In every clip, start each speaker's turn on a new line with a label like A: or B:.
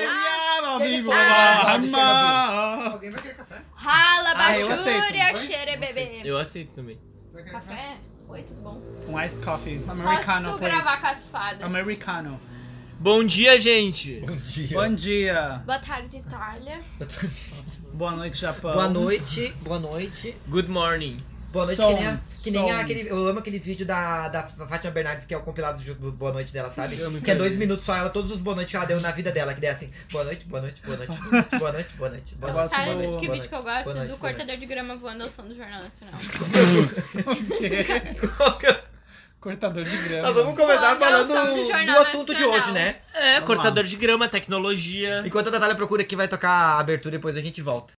A: Bebiava,
B: teve
A: vivo,
B: fome.
A: ah,
B: Ah, deixa eu
A: ama.
B: Alguém vai querer café?
C: Rala,
D: Ah, eu
C: baixúria,
D: aceito.
C: xere, bebê.
D: Eu aceito também.
B: Vai querer café?
C: Café? Oi, tudo bom?
D: Um iced coffee.
C: Só
D: Americano,
C: se tu gravar com
D: please.
C: as fadas.
D: Americano. Bom dia, gente.
A: Bom dia.
D: Bom dia.
C: Boa tarde, Itália.
D: Boa noite, Japão.
B: Boa noite, boa noite.
D: Good morning.
B: Boa noite,
D: Som,
B: que nem, a- que nem a-
D: som.
B: aquele. Eu amo aquele vídeo da, da Fátima Bernardes, que é o compilado de boa noite dela, sabe?
D: Eu nunca
B: Que é dois
D: vi.
B: minutos só, ela, todos os boa noite que ela deu na vida dela, que daí é assim, boa noite, boa noite, boa noite, boa noite, boa noite,
C: Então,
D: Eu
B: boa noite.
D: gosto
C: sabe
D: do-
C: do que
B: boa
C: vídeo que eu gosto?
B: boa noite,
C: do
B: boa
C: cortador de grama voando ao som do Jornal Nacional.
D: Cortador de grama.
B: Nós Tá, vamos começar
C: Boa noite,
B: falando
C: são é do
B: do,
C: Jornal
B: assunto de
C: Nacional.
B: hoje, né?
D: É,
B: Vamos
D: cortador de grama, tecnologia.
B: Enquanto a Natália procura aqui, vai tocar a abertura e depois a gente volta.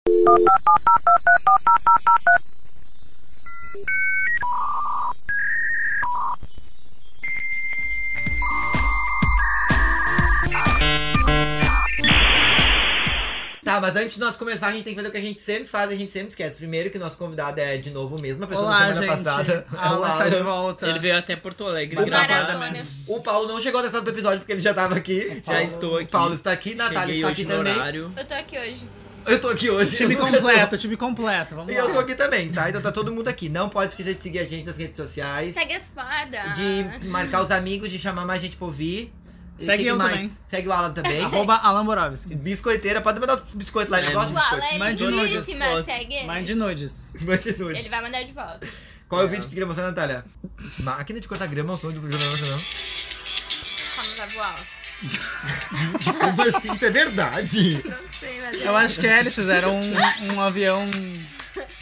B: Tá, mas antes de nós começar, a gente tem que fazer o que a gente sempre faz, a gente sempre esquece. Primeiro que o nosso convidado é de novo o mesmo, a pessoa da semana passada. é um
E: A aula
B: Olá,
E: está de
B: Alan.
E: volta.
D: Ele veio até Porto Alegre
B: O
D: gravar. né?
C: Maratona.
B: O Paulo não chegou atrasado pro episódio porque ele já tava aqui.
D: Já estou
B: O
D: aqui.
B: Paulo está aqui, Natália
D: Cheguei
B: está
D: hoje
B: aqui
D: no
B: também.
D: horário.
C: Eu tô aqui hoje.
B: Eu tô aqui hoje.
E: Time
B: eu nunca
E: completo, time completo.
B: tô.
E: Vamos
B: E
E: lá.
B: eu tô aqui também, tá? Então tá todo mundo aqui. Não pode esquecer de seguir a gente nas redes sociais,
C: Segue a espada.
B: de marcar os amigos, de chamar mais gente pra ouvir. E
E: Segue
B: o que que
E: eu
B: mais?
E: também.
B: Segue o Alan também.
E: Arroba Alan Borowski.
B: Biscoiteira, pode mandar os biscoitos lá, eles
D: É,
B: gostam
C: O
B: de
C: Alan
B: biscoito.
C: é
E: Mande nudes,
C: lindíssima,
D: fotos.
C: segue ele.
E: Mind nudes.
B: Mande nudes.
C: Ele vai mandar de volta.
B: Qual é o
D: É.
B: vídeo que queria mostrar, Natália? Máquina de cortar grama, é um o som de programa não.
C: Só não vai voar.
B: Como assim? Isso é verdade?
C: Não sei, mas
E: Eu acho que é, eles fizeram um, um avião.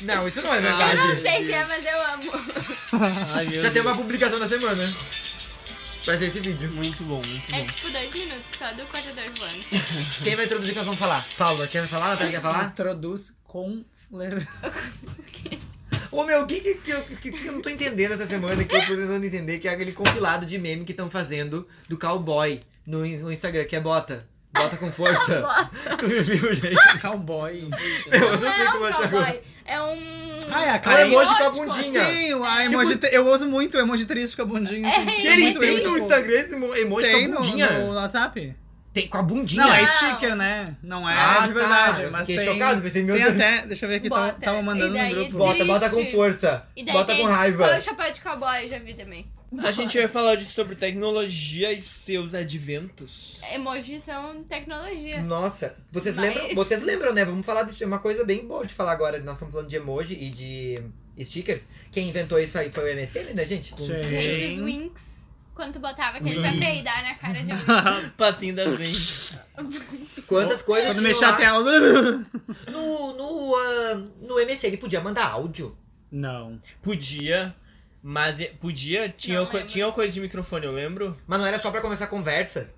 B: Não, isso não é
C: Eu
B: verdade.
C: não sei se é, mas eu amo.
D: Ai, meu
B: Já tem
D: Deus.
B: uma publicação na semana. Vai ser esse vídeo.
D: Muito bom, muito
C: É
D: bom.
C: tipo dois minutos só do cortador voando.
B: Quem vai introduzir que nós vamos falar? Paula, quer falar? Natália quer falar?
E: Introduz com. leve-
B: Ô meu, o que que, que, eu- que- que eu não tô entendendo essa semana que eu tô tentando entender? Que é aquele compilado de meme que estão fazendo do cowboy no, in- no Instagram, que é bota. Bota com força. tu viu, gente?
E: Cowboy.
B: Eu não
C: Não
B: sei
C: é
B: como
C: um
B: é que agora.
C: cowboy, é um...
E: Ah, é a
B: É um
E: cara.
B: emoji com a
C: Erótico,
B: bundinha.
E: Sim, a emoji. tri- Eu uso muito o emoji triste com a bundinha.
C: É,
E: muito
C: e
B: E ele
C: muito
B: tem
E: eu,
B: no
E: tipo,
B: Instagram esse mo- emoji
E: Tem
B: com
E: no,
B: a bundinha?
E: no WhatsApp?
B: Tem com a bundinha?
E: Não, é
C: Não.
E: sticker, né? Não é
B: Ah,
E: de
B: tá.
E: verdade.
B: Eu
E: Mas
B: fiquei
E: tem.
B: chocado, pensei, meu
E: tem
B: Deus.
E: até. Deixa eu ver aqui. Tava,
C: Bota,
E: tava mandando
C: e daí?
E: no grupo.
B: Bota, bota com
C: Triste.
B: força.
C: E daí
B: Bota
C: tem,
B: com
C: tipo, Qual é
B: raiva.
C: o chapéu de cowboy? Eu já vi também.
D: A gente vai falar hoje sobre tecnologia e seus adventos.
C: Emojis são tecnologia.
B: Nossa, vocês
C: Mas-
B: lembram? Vocês lembram, né? Vamos falar de uma coisa bem boa de falar agora. Nós estamos falando de emoji e de stickers. Quem inventou isso aí foi o MSN, né, gente?
E: Sim.
C: Gente, os winks. Quando tu botava aquele pra peidar na cara de alguém.
D: Passinho das lentes.
B: Quantas coisas
E: Quando
B: tinham
E: mexer a
B: lá.
E: tela.
B: No, no, ah, no MSN podia mandar áudio.
E: Não.
D: Podia, mas é- podia. Tinha,
C: Não
D: co-
C: lembro.
D: tinha coisa de microfone, eu lembro.
B: Mas não era só pra começar a conversa.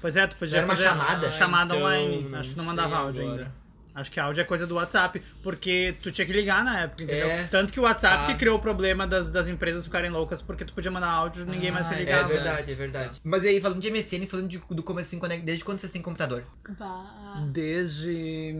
E: Pois é, tu podia
B: Era uma
E: fazer-
B: chamada.
D: Ah,
E: chamada
D: então,
E: online. Acho que não mandava
D: sei
E: áudio
D: agora.
E: ainda. Acho que áudio é coisa do WhatsApp, porque tu tinha que ligar na época, entendeu?
B: É.
E: Tanto que o WhatsApp
D: Ah.
E: que criou o problema das, das empresas ficarem loucas, porque tu podia mandar áudio e ninguém mais se
D: Ah,
C: né?
B: É
D: Legal,
E: ligava.
B: verdade, é verdade. Mas aí, falando de MSN, falando de, do como assim, quando é- desde quando vocês têm computador?
C: Bah.
E: Desde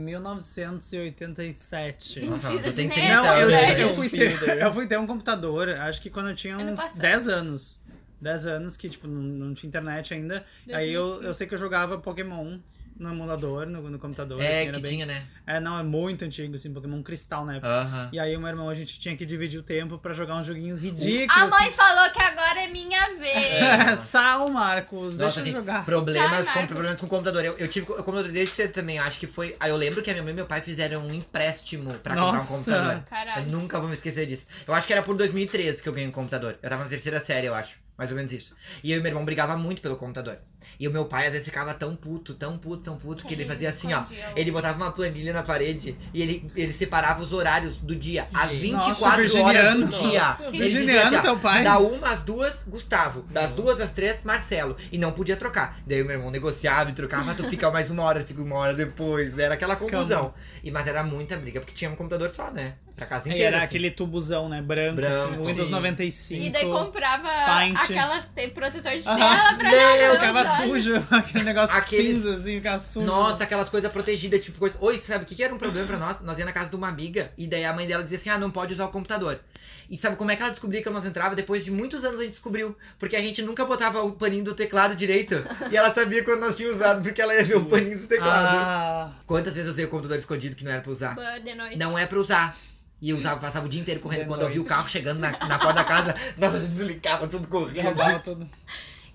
E: 1987.
C: Nossa,
B: Nossa, eu
C: Mentira,
B: tenho
C: né?
B: 30
E: Não, eu,
B: anos.
E: tinha-
C: velho.
E: eu fui ter, eu fui ter um computador, acho que quando eu tinha
C: Ano
E: uns
C: passado.
E: 10 anos. 10 anos que, tipo, não, não tinha internet ainda. Aí eu,
C: 2005.
E: eu sei que eu jogava Pokémon no emulador, no, no computador. assim,
B: É,
E: era
B: que
E: bem-
B: tinha, né?
E: É, não, é muito antigo, assim, Pokémon Cristal na época.
B: Aham.
E: E aí, o meu irmão, a gente tinha que dividir o tempo pra jogar uns joguinhos ridículos.
C: A mãe falou que agora é minha vez.
E: assim. Sal, Marcos,
B: Nossa,
E: deixa
B: gente,
E: eu jogar.
B: problemas,
C: Sai,
B: com,
C: Marcos.
B: problemas com o computador. Eu, eu tive co- computador desde cedo também. Acho que foi. Aí eu lembro que a minha mãe e meu pai fizeram um empréstimo pra comprar um
E: Nossa.
B: computador. Eu
C: Caralho.
B: nunca vou me esquecer disso. Eu acho que era por 2013 que eu ganhei um computador. Eu tava na terceira série, eu acho. Mais ou menos isso. E eu e meu irmão brigava muito pelo computador. E o meu pai às vezes ficava tão puto, tão puto, tão puto, que ele fazia assim, ó.
C: Escondia um o-
B: Ele botava uma planilha na parede e ele, ele separava os horários do dia. Às
D: Gente.
B: 24
E: Nossa,
B: horas do
E: virginiano.
B: dia.
D: Nossa.
B: Ele dizia assim, ó,
E: Virginiano, teu pai.
B: da uma às duas, Gustavo.
E: Hum.
B: Das duas às três, Marcelo. E não podia trocar. Daí o meu irmão negociava e trocava, tu fica mais uma hora, fica uma hora depois. Era aquela
E: Escama.
B: confusão. E, mas era muita briga, porque tinha um computador só, né? Pra casa
E: E
B: inteira.
E: era
B: assim.
E: aquele tubuzão, né? Branco,
B: Branco,
E: assim, o Windows
D: sim.
E: 95.
C: E daí comprava
E: pint.
C: aquelas te... protetor de
E: Aham.
C: tela pra
E: Meu,
C: não
E: ficava
C: usar.
E: sujo, aquele negócio
B: Aqueles-
E: cinza, assim, ficava sujo.
B: Nossa, aquelas coisas protegidas, tipo coisa. Oi, sabe o que, que era um problema pra nós? Nós ia na casa de uma amiga e daí a mãe dela dizia assim: ah, não pode usar o computador. E sabe como é que ela descobriu que nós entrava? Depois de muitos anos a gente descobriu. Porque a gente nunca botava o paninho do teclado direito. e ela sabia quando nós tínhamos usado, porque ela ia ver o paninho do teclado.
E: Ah,
B: Quantas vezes eu usei o computador escondido que não era pra usar?
C: Boa, de noite.
B: Não é pra usar. E eu usava, passava o dia inteiro correndo.
E: De
B: Quando eu vi o
E: noite.
B: carro chegando na, na porta da casa, nossa, eu desligava tudo correndo.
E: roubava tudo.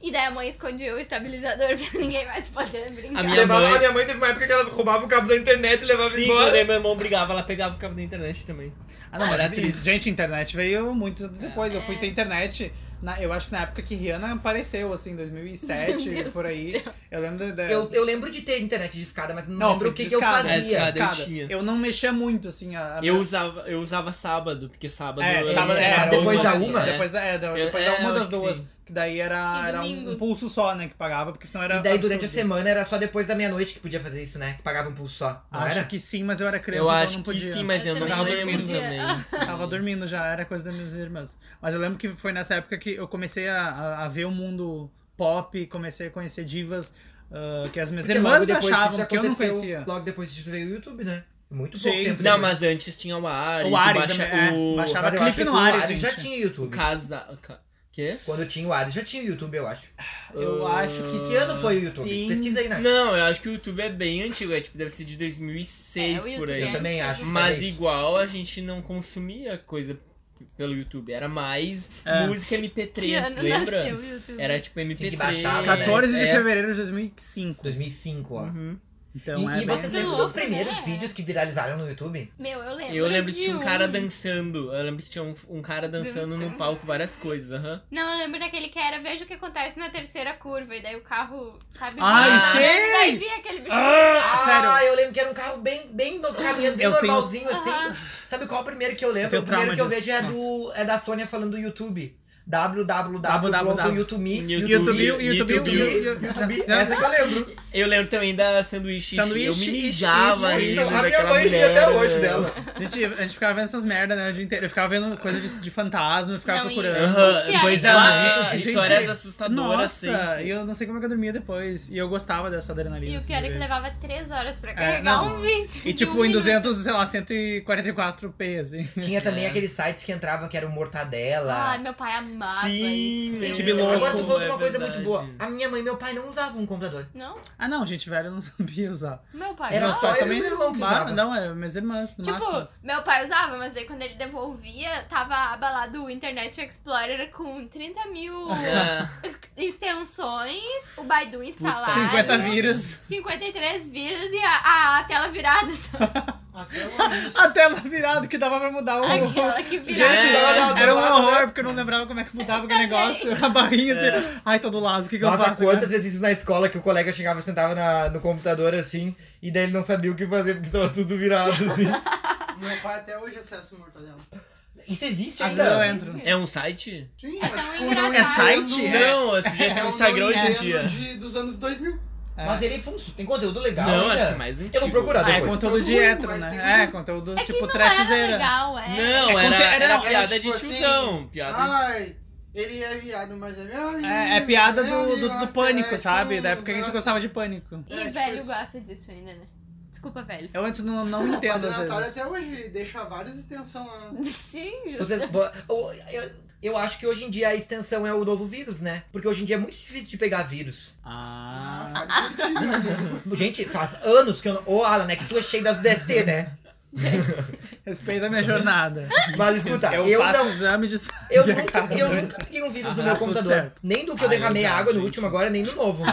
C: E daí a mãe escondia o estabilizador pra ninguém mais poder brincar. É,
D: A minha Levava- mãe- a
B: mãe teve uma época que ela roubava o cabo da internet e levava
D: Sim, quando aí meu irmão brigava, ela pegava o cabo da internet também.
E: Ah, não, mas
D: Era triste.
E: gente, internet veio muitos anos depois. Eu fui
C: É.
E: ter internet, na- eu acho que na época que Rihanna apareceu, assim, em 2007,
C: Meu
E: por
C: Deus do
E: aí. Eu lembro da...
B: Eu, eu lembro de ter internet de escada, mas não,
E: Não,
B: lembro o
E: foi
B: que, que eu
E: discada,
D: É,
B: fazia.
D: discada. eu
E: discada.
D: tinha.
E: Eu não mexia muito, assim, a... a-
D: Eu usava, né? eu usava sábado, porque sábado.
E: É,
D: eu- assim,
E: sábado,
B: é,
E: era
B: depois
E: uma-
B: da uma?
E: Depois da, é, da-
D: Eu-
E: depois
D: é,
E: da
D: eu
E: uma das
D: acho que
E: duas.
D: sim.
E: Que daí era,
C: E
E: era um
C: domingo.
E: impulso só, né, que pagava, porque senão era
B: E daí durante a
E: absurdo.
B: semana era só depois da meia-noite que podia fazer isso, né? Que pagava um pulso só, não
E: Acho
B: era?
E: que sim, mas eu era criança,
D: Eu
E: então
D: acho
E: não
D: que
E: podia.
D: sim, mas eu,
C: Eu
D: não tava
C: também não
D: dormindo
C: podia.
D: também.
C: Ah.
D: sim.
E: Tava dormindo já, era coisa das minhas irmãs. Mas eu lembro que foi nessa época que eu comecei a, a- a ver o mundo pop, comecei a conhecer divas ah, que as minhas irmãs me achavam, porque eu não conhecia.
B: Logo depois disso veio o YouTube, né? Muito
E: Sim,
B: pouco tempo.
E: sim.
D: Não,
B: depois.
D: mas antes tinha o Ares.
E: O Ares,
D: baixa-
E: é,
D: o
E: baixava-
B: Mas eu
E: clipe
B: acho que
E: no
B: com o
E: Ares,
B: Ares já
E: gente.
B: tinha YouTube.
D: Casa. ca- Quê?
B: Quando tinha o Ares já tinha o YouTube, eu acho.
E: Eu
D: Ah,
E: acho que
B: Que ano foi o YouTube?
E: sim.
B: Pesquisa aí, né?
D: Não, eu acho que o YouTube é bem antigo, é tipo, deve ser de
C: É, o
D: 2006 por
C: YouTube
D: aí.
B: Eu também acho.
D: Mas
B: talvez.
D: igual a gente não consumia coisa pelo YouTube, era mais
E: É.
D: música
C: Que
D: MP3,
C: ano
D: lembra?
C: nasceu o YouTube?
D: Era tipo MP3.
B: baixar, né?
E: 14 de
D: é.
E: fevereiro de 2005.
B: 2005, ó.
D: Uhum.
E: Então
B: e
E: é
B: e
E: bem-
B: vocês
C: Que
B: lembram dos
C: louco,
B: primeiros
C: né?
B: vídeos que viralizaram no YouTube?
C: Meu, eu lembro.
D: Eu lembro que
C: de
D: tinha um cara
C: um.
D: dançando. Eu lembro que tinha um, um cara dançando no
C: Dançando.
D: palco várias coisas, aham.
C: Não, eu lembro daquele que era Veja o que acontece na terceira curva. E daí o carro, sabe?
E: Ai,
C: voando,
E: sei!
C: Daí via aquele bicho.
E: Ah, sério.
B: Ah, eu lembro que era um carro bem, bem no- caminhando, bem
E: Eu tenho-
B: normalzinho, assim.
C: Aham.
B: Sabe qual é o primeiro que eu
E: Eu
B: lembro?
E: tenho
B: O primeiro que eu
E: trauma
B: vejo é,
E: disso.
B: do, é da Sônia falando do YouTube.
D: www.youtube.me.
B: www.youtube.me
E: YouTube, YouTube,
D: YouTube,
E: YouTube. né?
B: YouTube, essa que eu lembro.
D: Eu lembro também da sanduíche.
E: Sanduíche,
D: eu me
E: ishi,
D: mijava
E: ishi, ishi.
D: rindo
B: Então, a minha
D: daquela
B: mãe ri
D: mulher,
B: até hoje
D: né?
B: dela.
E: Gente, a gente ficava vendo essas merdas, né, o dia inteiro. Eu ficava vendo coisa de, de fantasma, eu ficava
C: Não, e-
E: procurando.
D: Aham,
C: Que
D: coisa
E: aí-
D: lá,
E: Gente,
D: histórias assustadoras, assim.
E: Nossa, e eu não sei como é que eu dormia depois. E eu gostava dessa adrenalina.
C: E o
E: assim,
C: pior é
E: de
C: que
E: ver.
C: levava três horas
D: É,
C: pra carregar
E: não.
C: um vídeo.
E: E
C: de
E: tipo,
C: um
E: em
C: minuto.
E: 200, sei lá, 144p, assim.
B: Tinha também
D: É.
B: aqueles sites que entravam que era o
C: Ai,
B: Mortadela.
C: Ah, meu pai amava
D: Sim,
C: isso.
B: Tem-
E: que louco,
B: Agora tu falou de
D: é
B: uma coisa muito
D: verdade.
B: boa. A minha mãe e meu pai não usavam um computador.
C: Não?
E: Ah, não, gente, velho, eu não sabia usar.
C: Meu pai
B: Era
E: meus
C: Ah, não.
B: só
E: pais
B: eu
E: também
B: e meu
E: não.
B: irmão que
E: bah,
B: usava.
E: Não, é, minhas irmãs, no
C: Tipo,
E: máximo.
C: meu pai usava, mas aí quando ele devolvia, tava a aba lá do Internet Explorer com 30 mil
D: É,
C: extensões, o Baidu instalado.
E: 50
C: né?
E: vírus.
C: 53 vírus e a, a- a tela virada. sabe?
E: A tela virada que dava pra mudar o.
C: Aquela que
E: Uhum. Gente,
C: virada.
D: É.
E: dava- dava- era um
B: do lado,
E: horror,
B: né?
E: porque eu não lembrava como é que mudava aquele negócio. A barrinha assim. Ai, tá do lado, o que, que eu
B: Nossa,
E: faço?
B: quantas
E: agora?
B: vezes isso na escola que o colega chegava e sentava na- no computador assim, e daí ele não sabia o que fazer porque tava tudo virado assim.
A: Meu pai até hoje acessa o Mortadela.
B: Isso existe
C: assim,
E: Às vezes assim eu
B: ainda?
E: entro.
D: é um site?
A: Sim,
C: É tão
A: tipo,
C: engraçado.
A: não
E: É site?
A: entendo-
E: É.
D: Não, podia ser
A: É
D: no
A: um
D: Instagram
A: não
D: hoje em
A: entendo
D: dia.
A: de- dos anos 2000.
E: É.
B: Mas ele fun- tem conteúdo legal
D: Não,
B: ainda?
D: acho que é mais antigo.
B: Eu vou procurar
E: Ah, é
B: depois.
E: conteúdo
A: Mas
E: de
A: tem
E: hétero, né? É,
A: muito.
E: conteúdo
C: É que
E: tipo
C: não era
E: trashzeira.
C: legal, é.
D: Não,
E: É
D: era,
E: conte-
D: era,
E: era-
D: piada
A: era tipo
D: de
A: assim,
D: tiozão.
E: Ah,
D: piada
A: Ai, ele é viado, mas é meu amigo.
E: É, é piada
A: meu
E: do,
A: amigo,
E: do, do
A: nossa,
E: pânico,
A: é,
E: sabe?
A: tipo,
E: Da época que a gente
A: nossa.
E: gostava de pânico.
C: E
A: É, tipo
C: velho
A: isso.
C: gosta disso ainda, né? Desculpa, velhos.
E: Eu antes não, não entendo
A: O
E: às
A: Padre Natal
E: vezes.
A: até hoje deixa várias extensões lá.
C: Sim, justo.
B: Vocês- vo- o- eu, eu acho que hoje em dia a extensão é o novo vírus, né? Porque hoje em dia é muito difícil de pegar vírus.
E: Ah.
A: Ah, faz sentido.
B: Gente, faz anos que eu não. Ô, Alan, é que tu é cheio das DST, né?
E: Respeita a minha jornada.
B: Mas escuta, eu,
E: eu, faço
B: não.
E: exame de sangue
B: Eu
E: a cada
B: nunca, eu
E: dois-
B: nunca peguei um vírus
E: Ah,
B: no meu
E: tudo
B: computador.
E: certo.
B: Nem do que eu
D: Ah,
B: derramei
D: eu já,
B: a água no
D: gente.
B: último agora, nem no novo.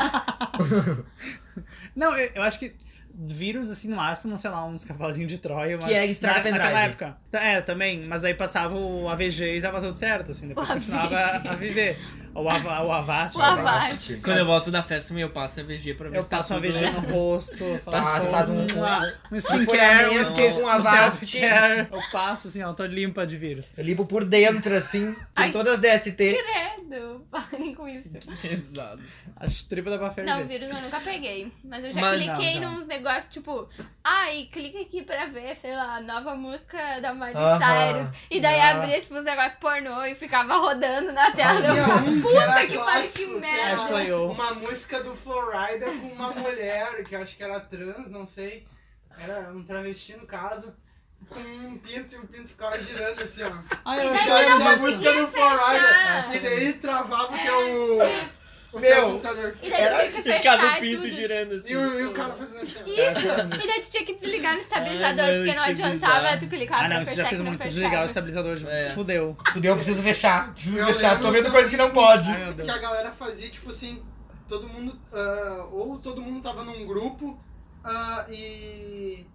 E: Não, eu, eu acho que vírus, assim, no máximo, sei lá, uns cavalinhos de Troia. Mas
B: Que é estraga
E: na, naquela
B: pendrive.
E: época. É, também. Mas aí passava o AVG e tava tudo certo, assim. Depois
C: O
E: continuava
C: AVG.
E: a viver. Ou Ava- o Avast.
C: O
E: sei lá.
C: Avast.
E: tipo.
D: Quando eu volto da festa, também eu passo a VG pra ver
E: Eu
D: se tá
E: passo uma
D: tudo
E: VG no rosto,
B: Passa,
E: faço
B: faz um-
E: um, um, um skincare,
B: folhamento,
E: um-
B: um Avast.
E: self-care. Eu passo assim, ó, tô limpa de vírus.
B: Eu limpo por dentro, assim, por
C: Ai.
B: todas as DST.
C: Credo, parem com isso.
D: pesado.
E: As tripas da Bafé.
C: Não, vírus eu nunca peguei. Mas eu já
D: Mas-
C: cliquei
E: Não, já.
C: nos negócios, tipo, Ah, e clica aqui pra ver, sei lá, a nova música da Miley
B: Aham.
C: Cyrus. E daí
E: Ah.
C: abria, tipo, os negócios pornô e ficava rodando na tela.
A: Tinha um que era
C: que pariu, que
A: clássico, que era
C: merda.
E: Ashley O.
A: uma música do Florida com uma mulher, que eu acho que era trans, não sei. Era um travesti no caso, com um pinto e o pinto ficava girando assim, ó.
E: Ah,
C: E
E: eu
C: daí
E: acho que
C: tu
E: era
C: não
E: dessa.
A: a música do Florida.
C: fechar.
A: E daí travava o teu. O
B: Meu.
A: teu computador.
C: E daí
B: Era-
C: tinha que
D: E ficava
C: fechar
D: o pinto
C: tudo.
D: girando assim.
A: E o, e o cara fazendo assim, ó.
C: Isso! E daí tu tinha que desligar no estabilizador,
D: Ai,
C: porque não
D: mano, que
C: adiantava
D: bizarro.
C: tu clicar
E: Ah,
C: pra
E: não, você
C: fechar
E: já fez
C: que não
E: muito.
C: fechava.
E: Desligar o estabilizador.
D: É.
E: Fudeu.
B: Fudeu, eu preciso fechar. Preciso
A: Eu
B: fechar. Tô
A: lembro
B: vendo
A: que-
B: coisa que não pode.
E: Ai, meu
A: que a
E: Deus.
A: galera fazia, tipo assim, todo mundo. ah, ou todo mundo tava num grupo ah, e,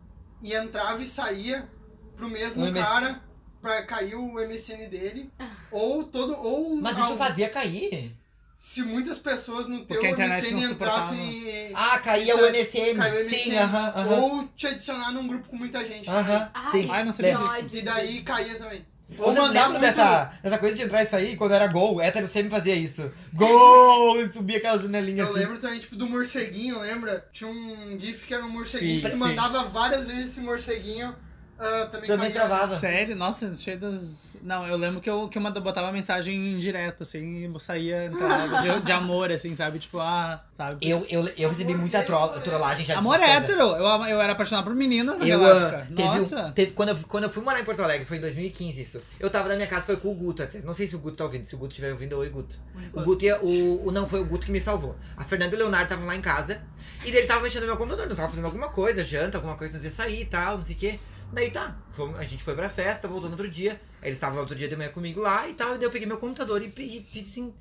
A: e entrava e saía pro mesmo
B: O MS.
A: cara pra cair o MSN dele.
E: Ah.
A: Ou todo. Ou
B: Mas
A: al-
B: isso fazia cair.
A: se muitas pessoas no teu
E: Porque a internet
A: MSN
E: não suportava. né?
A: entrassem e.
B: Ah, caía
A: Isso
B: o
A: é-
B: MSN.
A: caiu o
B: Sim,
A: MSN.
B: aham, aham.
A: Ou te adicionar num grupo com muita gente.
B: Aham,
C: Ai,
B: sim.
E: Ai, não
C: que
E: sabia
B: lembro.
E: disso.
A: E daí caía também. Ou
B: Vocês
A: mandar
B: lembram
A: muito.
B: dessa, dessa coisa de entrar e sair? Quando era gol, o hétero sempre fazia isso. Gol! E subia aquela janelinha
A: Eu
B: assim.
A: lembro também, tipo, do morceguinho, lembra? Tinha um GIF que era um morceguinho,
D: Sim,
A: que tu
D: sim.
A: mandava várias vezes esse morceguinho. ah, também
B: Também
A: caía.
B: travava.
E: Sério? Nossa, cheio das. Não, eu lembro que eu, que eu manda- botava mensagem indireta, assim, e saía entrava, de, de amor, assim, sabe? Tipo, ah, sabe?
B: Eu, eu, eu recebi muita tro trollagem já
E: é amor é
B: dessas coisas.
E: hétero! Eu, ama- eu era apaixonado por meninas
B: Eu,
E: naquela
B: ah,
E: época.
B: teve, um-
E: Nossa!
B: teve quando, eu, quando eu fui morar em Porto Alegre, foi em 2015 isso. Eu tava na minha casa, foi com o Guto até. Não sei se o Guto tá ouvindo. Se o Guto estiver ouvindo, oi, Guto. O Guto ia, o, o- não, foi o Guto que me salvou. A Fernanda e o Leonardo estavam lá em casa. E eles estavam mexendo no meu computador, eles estavam fazendo alguma coisa, janta, alguma coisa, nós ia sair e tal, não sei o quê. Daí tá, fomos- a gente foi pra festa, voltou no outro dia. Aí Eles estavam no outro dia de manhã comigo lá e tal. E daí eu peguei meu computador e peguei, fiz assim,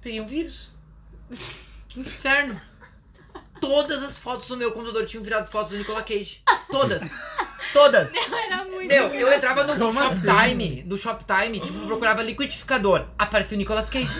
B: peguei um vírus. Que inferno. Todas as fotos do meu computador tinham virado fotos do Nicolas Cage. Todas. Todas.
C: Era muito.
B: Meu, eu entrava no
E: Como
B: Shoptime, no Shoptime, tipo, procurava liquidificador. Aparecia o Nicolas Cage.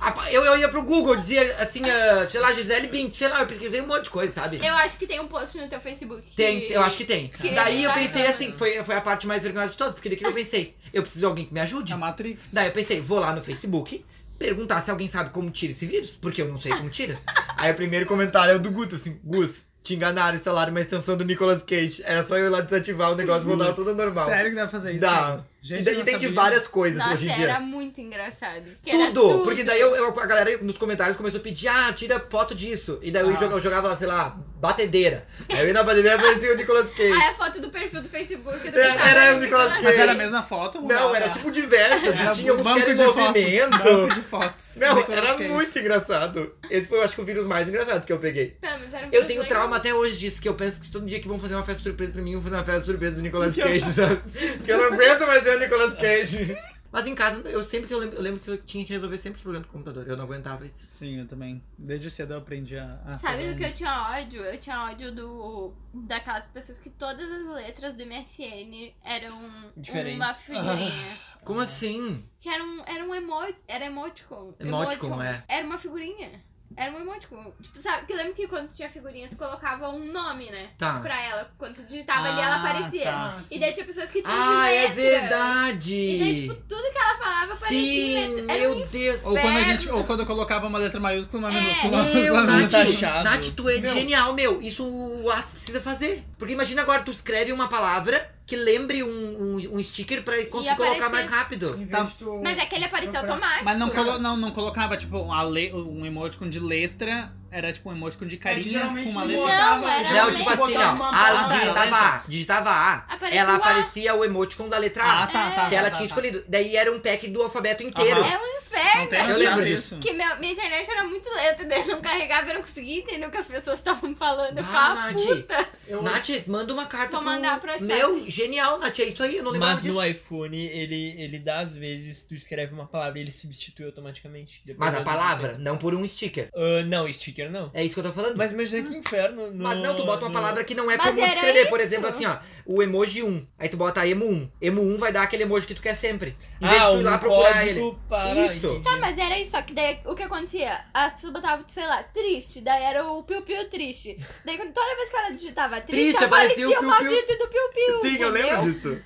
B: Apa- Eu, eu ia pro Google, dizia assim, ah, sei lá, Gisele Bint, sei lá, eu pesquisei um monte de coisa, sabe?
C: Eu acho que tem um post no teu Facebook. que-
B: Tem, eu acho que tem.
C: que-
B: Daí eu
C: vai,
B: pensei
C: vai.
B: assim, foi, foi a parte mais vergonhosa de todas, porque daqui eu pensei, eu preciso de alguém que me ajude.
E: A Matrix.
B: Daí eu pensei, vou lá no Facebook perguntar se alguém sabe como tira esse vírus, porque eu não sei como tira. Aí o primeiro comentário é o do Guto, assim, Gus, te enganaram, instalaram uma extensão do Nicolas Cage. Era só eu ir lá desativar o negócio e voltar tudo normal.
E: Sério que dá pra fazer isso?
B: Dá.
E: cara?
B: E
E: Gente, eu
B: daí
E: não
B: tem de
E: sabia.
B: várias coisas
C: Nossa,
B: hoje em
C: era
B: dia.
C: muito engraçado. que era
B: Tudo, Porque daí eu, eu- a galera nos comentários começou a pedir, ah, tira foto disso. E daí eu,
E: Ah.
B: jogava, eu jogava, lá, sei lá, batedeira. Aí eu ia na batedeira e aparecia o Nicolas Cage.
C: Ah, é a foto do perfil do Facebook. Do
B: Era-
C: Gustavo
B: É, era o Nicolas
C: Cage.
E: Mas era a mesma foto?
B: Não, era tipo diversas, e tinha
E: um
B: uns que
E: banco
B: eram em
E: de fotos, um
B: movimento.
E: Banco de fotos.
B: Não,
E: Nicolas
B: era
E: Cage.
B: muito engraçado. Esse foi, eu acho que, o vírus mais engraçado que eu peguei.
C: Pelo menos era um
B: Eu tenho
C: perfil legal.
B: trauma até hoje disso, que eu penso que todo dia que vão fazer uma festa surpresa pra mim, vão fazer uma festa surpresa do Nicolas Cage, sabe? Porque eu não aguento mais ver o Nicolas Cage. Mas em casa, eu sempre que eu lembro, eu lembro que eu tinha que resolver sempre os problemas do computador. Eu não aguentava isso.
E: Sim, eu também. Desde cedo eu aprendi a. a
C: Sabe
E: fazer
C: do que eu
E: isso.
C: tinha ódio? Eu tinha ódio do daquelas pessoas que todas as letras do MSN eram
D: Diferentes.
C: uma figurinha.
B: Como
E: Ah.
B: assim?
C: que era um, era um emo, era emoticon.
B: Emoticon, é.
C: Era uma figurinha. Era um emoticon. Tipo, sabe, que lembra que quando tinha figurinha, tu colocava um nome, né?
B: Tá.
C: Pra ela. Quando tu digitava ali, ela
E: Ah,
C: aparecia.
E: tá.
C: E daí tinha pessoas que tinham
B: Ah,
C: de
B: é
C: letra. E daí,
B: verdade!
C: tipo, tudo que ela falava parecia em
B: Sim,
C: letra. Era um
B: meu Deus!
E: Ou quando, a
C: Inferno.
E: gente, ou quando eu colocava uma letra maiúscula, uma
C: É.
E: minúscula,
B: Meu,
E: uma
B: Nath,
E: minúscula.
D: taxado.
B: Nath, tu é
D: Meu.
B: genial, meu. Isso o Whats precisa fazer. Porque imagina agora, tu escreve uma palavra que lembre um, um, um sticker pra conseguir colocar
C: aparecer.
B: mais rápido.
A: Em vez
E: Tá.
A: de tu-
C: Mas é que ele apareceu
A: Comprar.
C: automático.
E: Mas não,
C: né?
E: colo- não, não colocava, tipo, uma le- um emoticon de letra, era tipo um emoticon de
A: É que
E: carinha
A: geralmente
E: com uma
A: tu
E: letra.
A: botava-
C: Não, era
B: Não,
A: geralmente
B: tipo
A: tu
C: é
B: assim,
A: botava
B: ó.
A: uma
B: A,
A: palavra.
E: tá,
B: digitava
E: tá.
B: A, digitava A.
C: Apareceu um
B: Ela
C: o A.
B: aparecia o emoticon da letra
E: Ah,
B: A.
E: tá, tá.
B: Que ela
E: tá,
B: tinha
E: tá.
B: escolhido. Daí era um pack do alfabeto inteiro.
E: Aham.
C: É um inferno.
E: Não tem nada
B: Eu
E: a
B: lembro
E: ver
B: disso.
C: Que minha, minha internet era muito lenta, daí eu não carregava, eu não conseguia entender o que as pessoas estavam falando. Eu
B: Ah,
C: ficava
B: Nath.
C: puta.
A: Eu,
B: Nath, manda uma carta
C: Vou
B: pro-
C: mandar pro WhatsApp.
B: Meu, genial, Nath. É isso aí, eu não é lembrava
D: Mas
B: disso.
D: no iPhone, ele, ele dá às vezes, tu escreve uma palavra e ele substitui automaticamente. Depois
B: Mas a
D: eu-
B: palavra, não é por um sticker.
D: Ah, não, sticker não.
B: É isso que eu tô falando.
D: Mas imagina que inferno. No,
B: Mas não, tu bota uma
D: no-
B: palavra que não é
C: Mas
B: comum de
C: era
B: escrever. Por
C: isso.
B: exemplo, assim, ó, o emoji 1. Aí tu bota emo 1. Emo 1 vai dar aquele emoji que tu quer sempre. Em vez
D: Ah,
B: de tu
D: um
B: ir lá procurar
D: código
B: ele.
D: para...
B: Isso.
D: entendi.
C: Tá, mas era isso, só que daí o que acontecia? As pessoas botavam, sei lá, triste, daí era o piu-piu triste. Daí quando- toda vez que ela digitava triste,
B: Triste,
C: aparecia
B: aparecia
C: o
B: o piu-piu.
C: maldito do piu-piu. entendeu?
B: disso.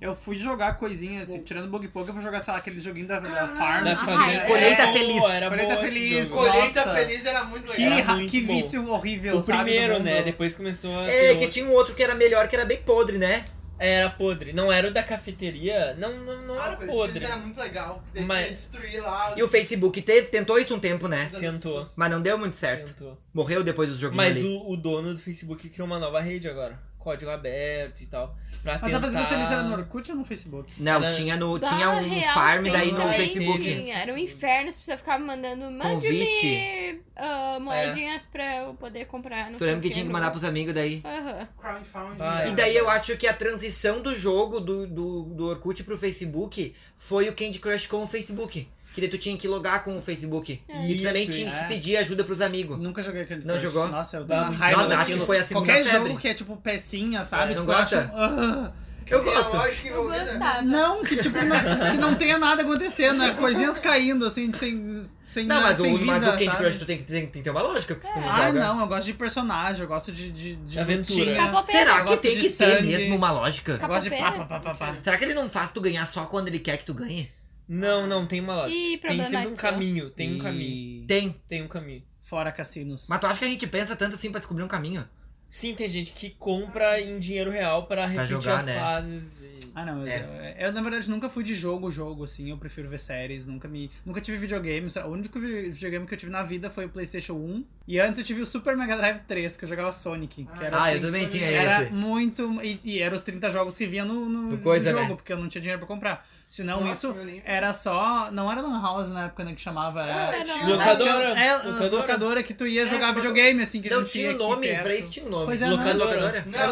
E: Eu fui jogar coisinhas, assim, tirando Bug Poke, eu fui jogar, sei lá, aquele joguinho da, da Farm.
D: Das
C: Ah,
D: fazendas.
C: é.
B: Colheita
D: Era
B: Feliz.
D: boa, Era
E: Colheita
D: boa esse
E: Feliz.
D: jogo.
A: Colheita
E: Nossa.
A: Feliz era muito
E: Que,
A: legal.
D: Era
E: ra-
D: muito
E: que
D: bom.
E: vício horrível,
D: O
E: sabe, do
D: primeiro,
E: mundo.
D: né? Depois começou a.
B: É,
D: ter
B: que
D: outro.
B: tinha um outro que era melhor, que era bem podre, né?
D: Era podre. Não era o da cafeteria. Não, não, não
A: Ah,
D: era
A: o Colheita Feliz
D: podre.
A: era muito legal. que Daí
D: Mas-
A: tinha que destruir lá. as-
B: E o Facebook teve, tentou isso um tempo, né?
A: das
D: Tentou.
A: pessoas.
B: Mas não deu muito certo.
D: Tentou.
B: Morreu depois dos joguinhos
D: Mas
B: ali.
D: o, o dono do Facebook criou uma nova rede agora. Código aberto e tal. Pra
E: Mas tá
D: tentar...
E: a Fazenda Feliz era no Orkut ou no Facebook?
B: Não,
D: Era-
B: tinha, no,
C: Bah,
B: tinha um
C: Ah, real,
B: farm
C: sim,
B: daí no
C: também
B: Facebook.
C: Tinha. Era um inferno, as pessoas ficavam mandando, mande-me
B: Convite.
C: ah, moedinhas pra eu poder comprar. Não
B: Tu
C: sei
B: lembra que
C: o
B: tinha que
C: no-
B: mandar pros amigos daí.
C: Aham.
A: Crowdfunding.
D: Ah, é.
B: E daí eu acho que a transição do jogo do, do, do Orkut pro Facebook foi o Candy Crush com o Facebook. Que daí tu tinha que logar com o Facebook.
C: É.
B: e tu também
D: Isso,
B: tinha
E: é.
B: que pedir ajuda pros amigos.
E: Nunca joguei aquele
B: Não
E: Crush.
B: jogou?
E: Nossa, eu tenho uma
D: Não.
E: raiva
B: Nossa, acho
E: daquilo.
B: que foi a segunda
E: Qualquer
B: febre.
E: jogo que é tipo pecinha, sabe?
B: É, não
E: tipo, eu
B: gosta?
E: acho- Ah.
B: Eu
A: Tem a
B: gosto.
A: lógica
C: Eu
A: envolvida. né?
C: gostava.
E: Não, que tipo, não, que não tenha nada acontecendo, é coisinhas caindo, assim, sem, sem, né,
B: Não, mas,
E: é sem
B: o,
E: vida,
B: mas o Candy
E: sabe?
B: Crush tu tem que, tem, tem que ter uma lógica, porque se tu não
E: Ah,
B: joga.
E: não, eu gosto de personagem, eu gosto de... de, de
D: Aventura.
E: lutinha.
C: Acabou pera.
B: Será
E: Eu
B: que
E: gosto
B: tem
E: de
B: que ter
E: sangue.
B: mesmo uma lógica?
E: Eu gosto de pá,
C: Capoeira?
E: pá, pá, pá, pá.
B: Será que ele não faz tu ganhar só quando ele quer que tu ganhe?
D: Não, não, tem uma lógica.
C: Ih,
D: Tem sempre um
C: problematizou.
D: caminho. Tem um
E: E
D: caminho.
B: Tem.
D: Tem um caminho.
E: Fora cassinos.
B: Mas tu acha que a gente pensa tanto assim pra descobrir um caminho?
D: Sim, tem gente que compra em dinheiro real pra repetir
B: jogar,
D: as
B: né?
D: fases. e-
E: Ah, não, mas
B: É.
E: eu, eu, na verdade, nunca fui de jogo, jogo, assim, eu prefiro ver séries, nunca me... Nunca tive videogame, só- o único vi- videogame que eu tive na vida foi o Playstation 1, e antes eu tive o Super Mega Drive 3, que eu jogava Sonic, que era,
B: Ah,
E: assim,
B: eu também tinha
E: era
B: esse.
E: muito... E, e eram os 30 jogos que vinha no, no,
B: No coisa,
E: jogo,
B: né?
E: porque eu não tinha dinheiro pra comprar. Senão,
A: Nossa,
E: isso
A: meu Deus.
E: era só... Não era Lan House na época, né, que chamava...
A: Ah,
E: era-
C: É, não.
A: tinha-
D: Locadora.
E: É,
D: Locadora.
E: locadora que tu ia jogar
B: É,
E: videogame, assim, que
B: Não
E: não
B: tinha
E: tinha
B: o
E: aqui
B: nome,
E: perto.
B: pra isso tinha o nome.
E: Pois é,
D: Locadora.
A: Não,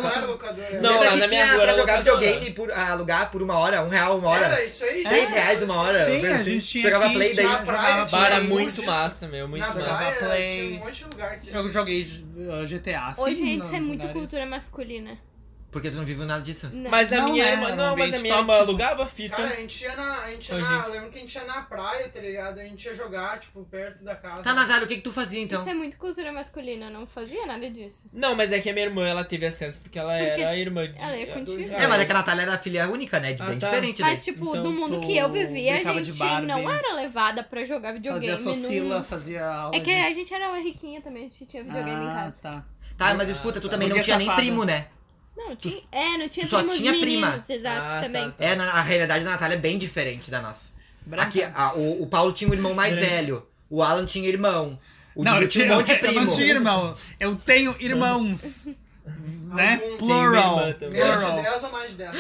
A: não era locadora.
D: Não,
B: Lembra
D: lá
B: que
D: na
B: tinha
D: minha rua
B: pra
D: era
B: jogar
D: locadora.
B: videogame por ah, alugar por uma hora, um real uma hora?
A: Era isso aí?
E: É.
B: Três reais uma hora? uma
E: Sim,
B: coisa
E: a
B: assim.
E: gente tinha
B: Jogava
E: que-
B: play daí.
E: tinha
A: na praia,
E: jogava-
A: tinha
D: Bara,
A: muito
D: é muito
A: disso.
D: massa, meu. Muito
A: Na
D: massa.
A: praia
E: Play.
A: tinha um monte de lugar que...
E: Eu joguei uh, GTA, assim,
C: Hoje a gente
E: nos
C: é muito
E: lugares.
C: cultura masculina.
B: Porque tu não viveu nada disso.
C: Não.
D: Mas a
E: Não
D: minha
E: era
D: irmã.
E: um
D: Não, mas a
E: ambiente
D: minha irmã
E: tóxico.
D: alugava fita.
A: Cara, é- a gente ia na. A gente ia
D: Ô,
A: na
D: gente.
A: eu lembro que a gente ia na praia, tá ligado? A gente ia jogar, tipo, perto da casa.
B: Tá, Natália, o que que tu fazia então?
C: Isso é muito cultura masculina, eu não fazia nada disso.
D: Não, mas é que a minha irmã ela teve acesso porque ela
C: Porque
D: era a irmã de.
C: ela é contigo.
D: dos
B: É,
D: reais.
B: mas é que a Natália era filha única, né?
D: Ah,
B: Bem
D: tá.
B: diferente, né?
C: Mas, tipo,
D: Então,
C: no mundo
E: tu
C: que eu vivia, a
E: brincava de
C: gente
E: Barbie.
C: não era levada pra jogar videogame.
E: Fazia Socila,
C: num-
E: fazia aula
C: É que
E: de...
C: a gente era riquinha também, a gente tinha videogame em
E: Ah,
C: casa.
E: tá.
B: Tá, mas escuta, tu
D: Ah,
B: também
E: tá.
B: não tinha nem
E: Porque é
B: primo, né?
C: Não, tinha... É, não tinha
B: tu só
C: primos
B: tinha prima.
C: meninos, exato,
D: Ah,
C: também.
D: tá, tá.
B: É, na, a realidade da Natália é bem diferente da nossa.
E: Branca.
B: Aqui, a- o, o Paulo tinha um irmão mais
E: Branca.
B: velho. O Alan tinha irmão. O
E: não,
B: Dudu
E: eu,
B: tinha
E: tinha,
B: um monte de
E: eu não
B: primo.
E: tinha irmão. Eu tenho irmãos. né?
A: Alguns.
E: Plural.
D: Tem minha irmã também.
A: Menos de
E: Plural.
A: 10 ou mais de 10?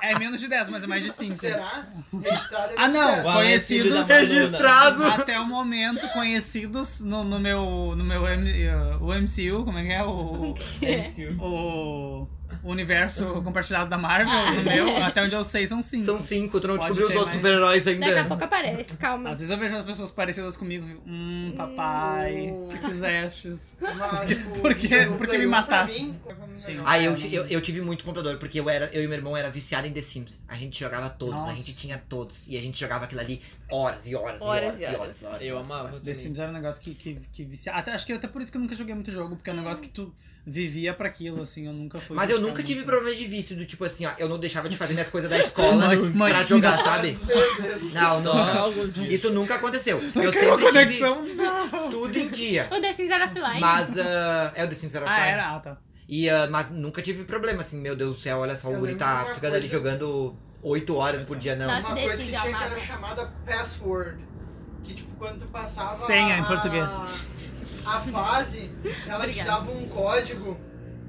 E: É, é menos de 10, mas é mais de 5.
A: Será? Registrado é
E: Ah,
A: menos de
E: não.
A: 10.
D: O Alan é filho
E: Conhecidos-
D: da Madonna.
B: Registrado.
E: Até o momento, conhecidos no, no meu. No meu M- uh, o MCU, como é que é? O,
D: MCU.
E: o universo compartilhado da Marvel. No meu, até onde eu sei, são 5.
B: São cinco, tu não
E: Pode
B: descobriu os
E: ter
B: outros
E: mais.
B: super-heróis ainda.
C: Daqui a pouco aparece, calma.
E: Às vezes eu vejo as pessoas parecidas comigo e fico, hum, papai, o que fizeste?
A: Mas, tipo,
E: Por quê?
A: jogo
E: Por que me
A: Play 1 pra
E: mataste?
A: mim, é.
E: Sim.
B: Ah, eu, ti- eu, eu tive muito computador, porque eu, era, eu e meu irmão era viciado em The Sims. A gente jogava todos, a
E: Nossa.
B: gente tinha todos. E a gente jogava aquilo ali horas e horas,
C: Horas
B: e
C: e
B: horas, e horas,
C: horas.
B: e horas.
D: É. Eu amava.
E: The Sims era um negócio que, que, que vicia. Até, acho que até por isso que eu nunca joguei muito jogo, porque é um negócio que tu vivia pra aquilo, assim, eu nunca fui.
B: Mas eu
E: de
B: nunca
E: ficar
B: tive
E: muito-
B: problema de vício, do tipo assim, ó, eu não deixava de fazer minhas coisas da escola
E: Mãe, mãe,
B: pra jogar, sabe?
A: Às vezes.
B: Não,
D: Só
B: não.
D: alguns dias.
B: Isso nunca aconteceu.
E: Caiu
B: Eu
E: a
B: sempre tive
E: conexão.
B: tudo em dia.
C: O The Sims era offline.
B: Mas ah, é o The Sims era
E: Ah,
B: offline.
E: era, ah, tá.
B: E, ah, mas nunca tive problema, assim, meu Deus do céu, olha só, o
A: Eu
B: guri
A: lembro de
B: tá
A: uma
B: ficando ali
A: coisa-
B: jogando 8 horas por dia, não.
C: Nossa,
A: Uma coisa que
C: Decide
A: tinha que
C: amar.
A: era chamada password. Que tipo, quando tu passava.
E: Senha em
A: a-
E: português.
A: A fase, ela te
C: Obrigada.
A: dava um código.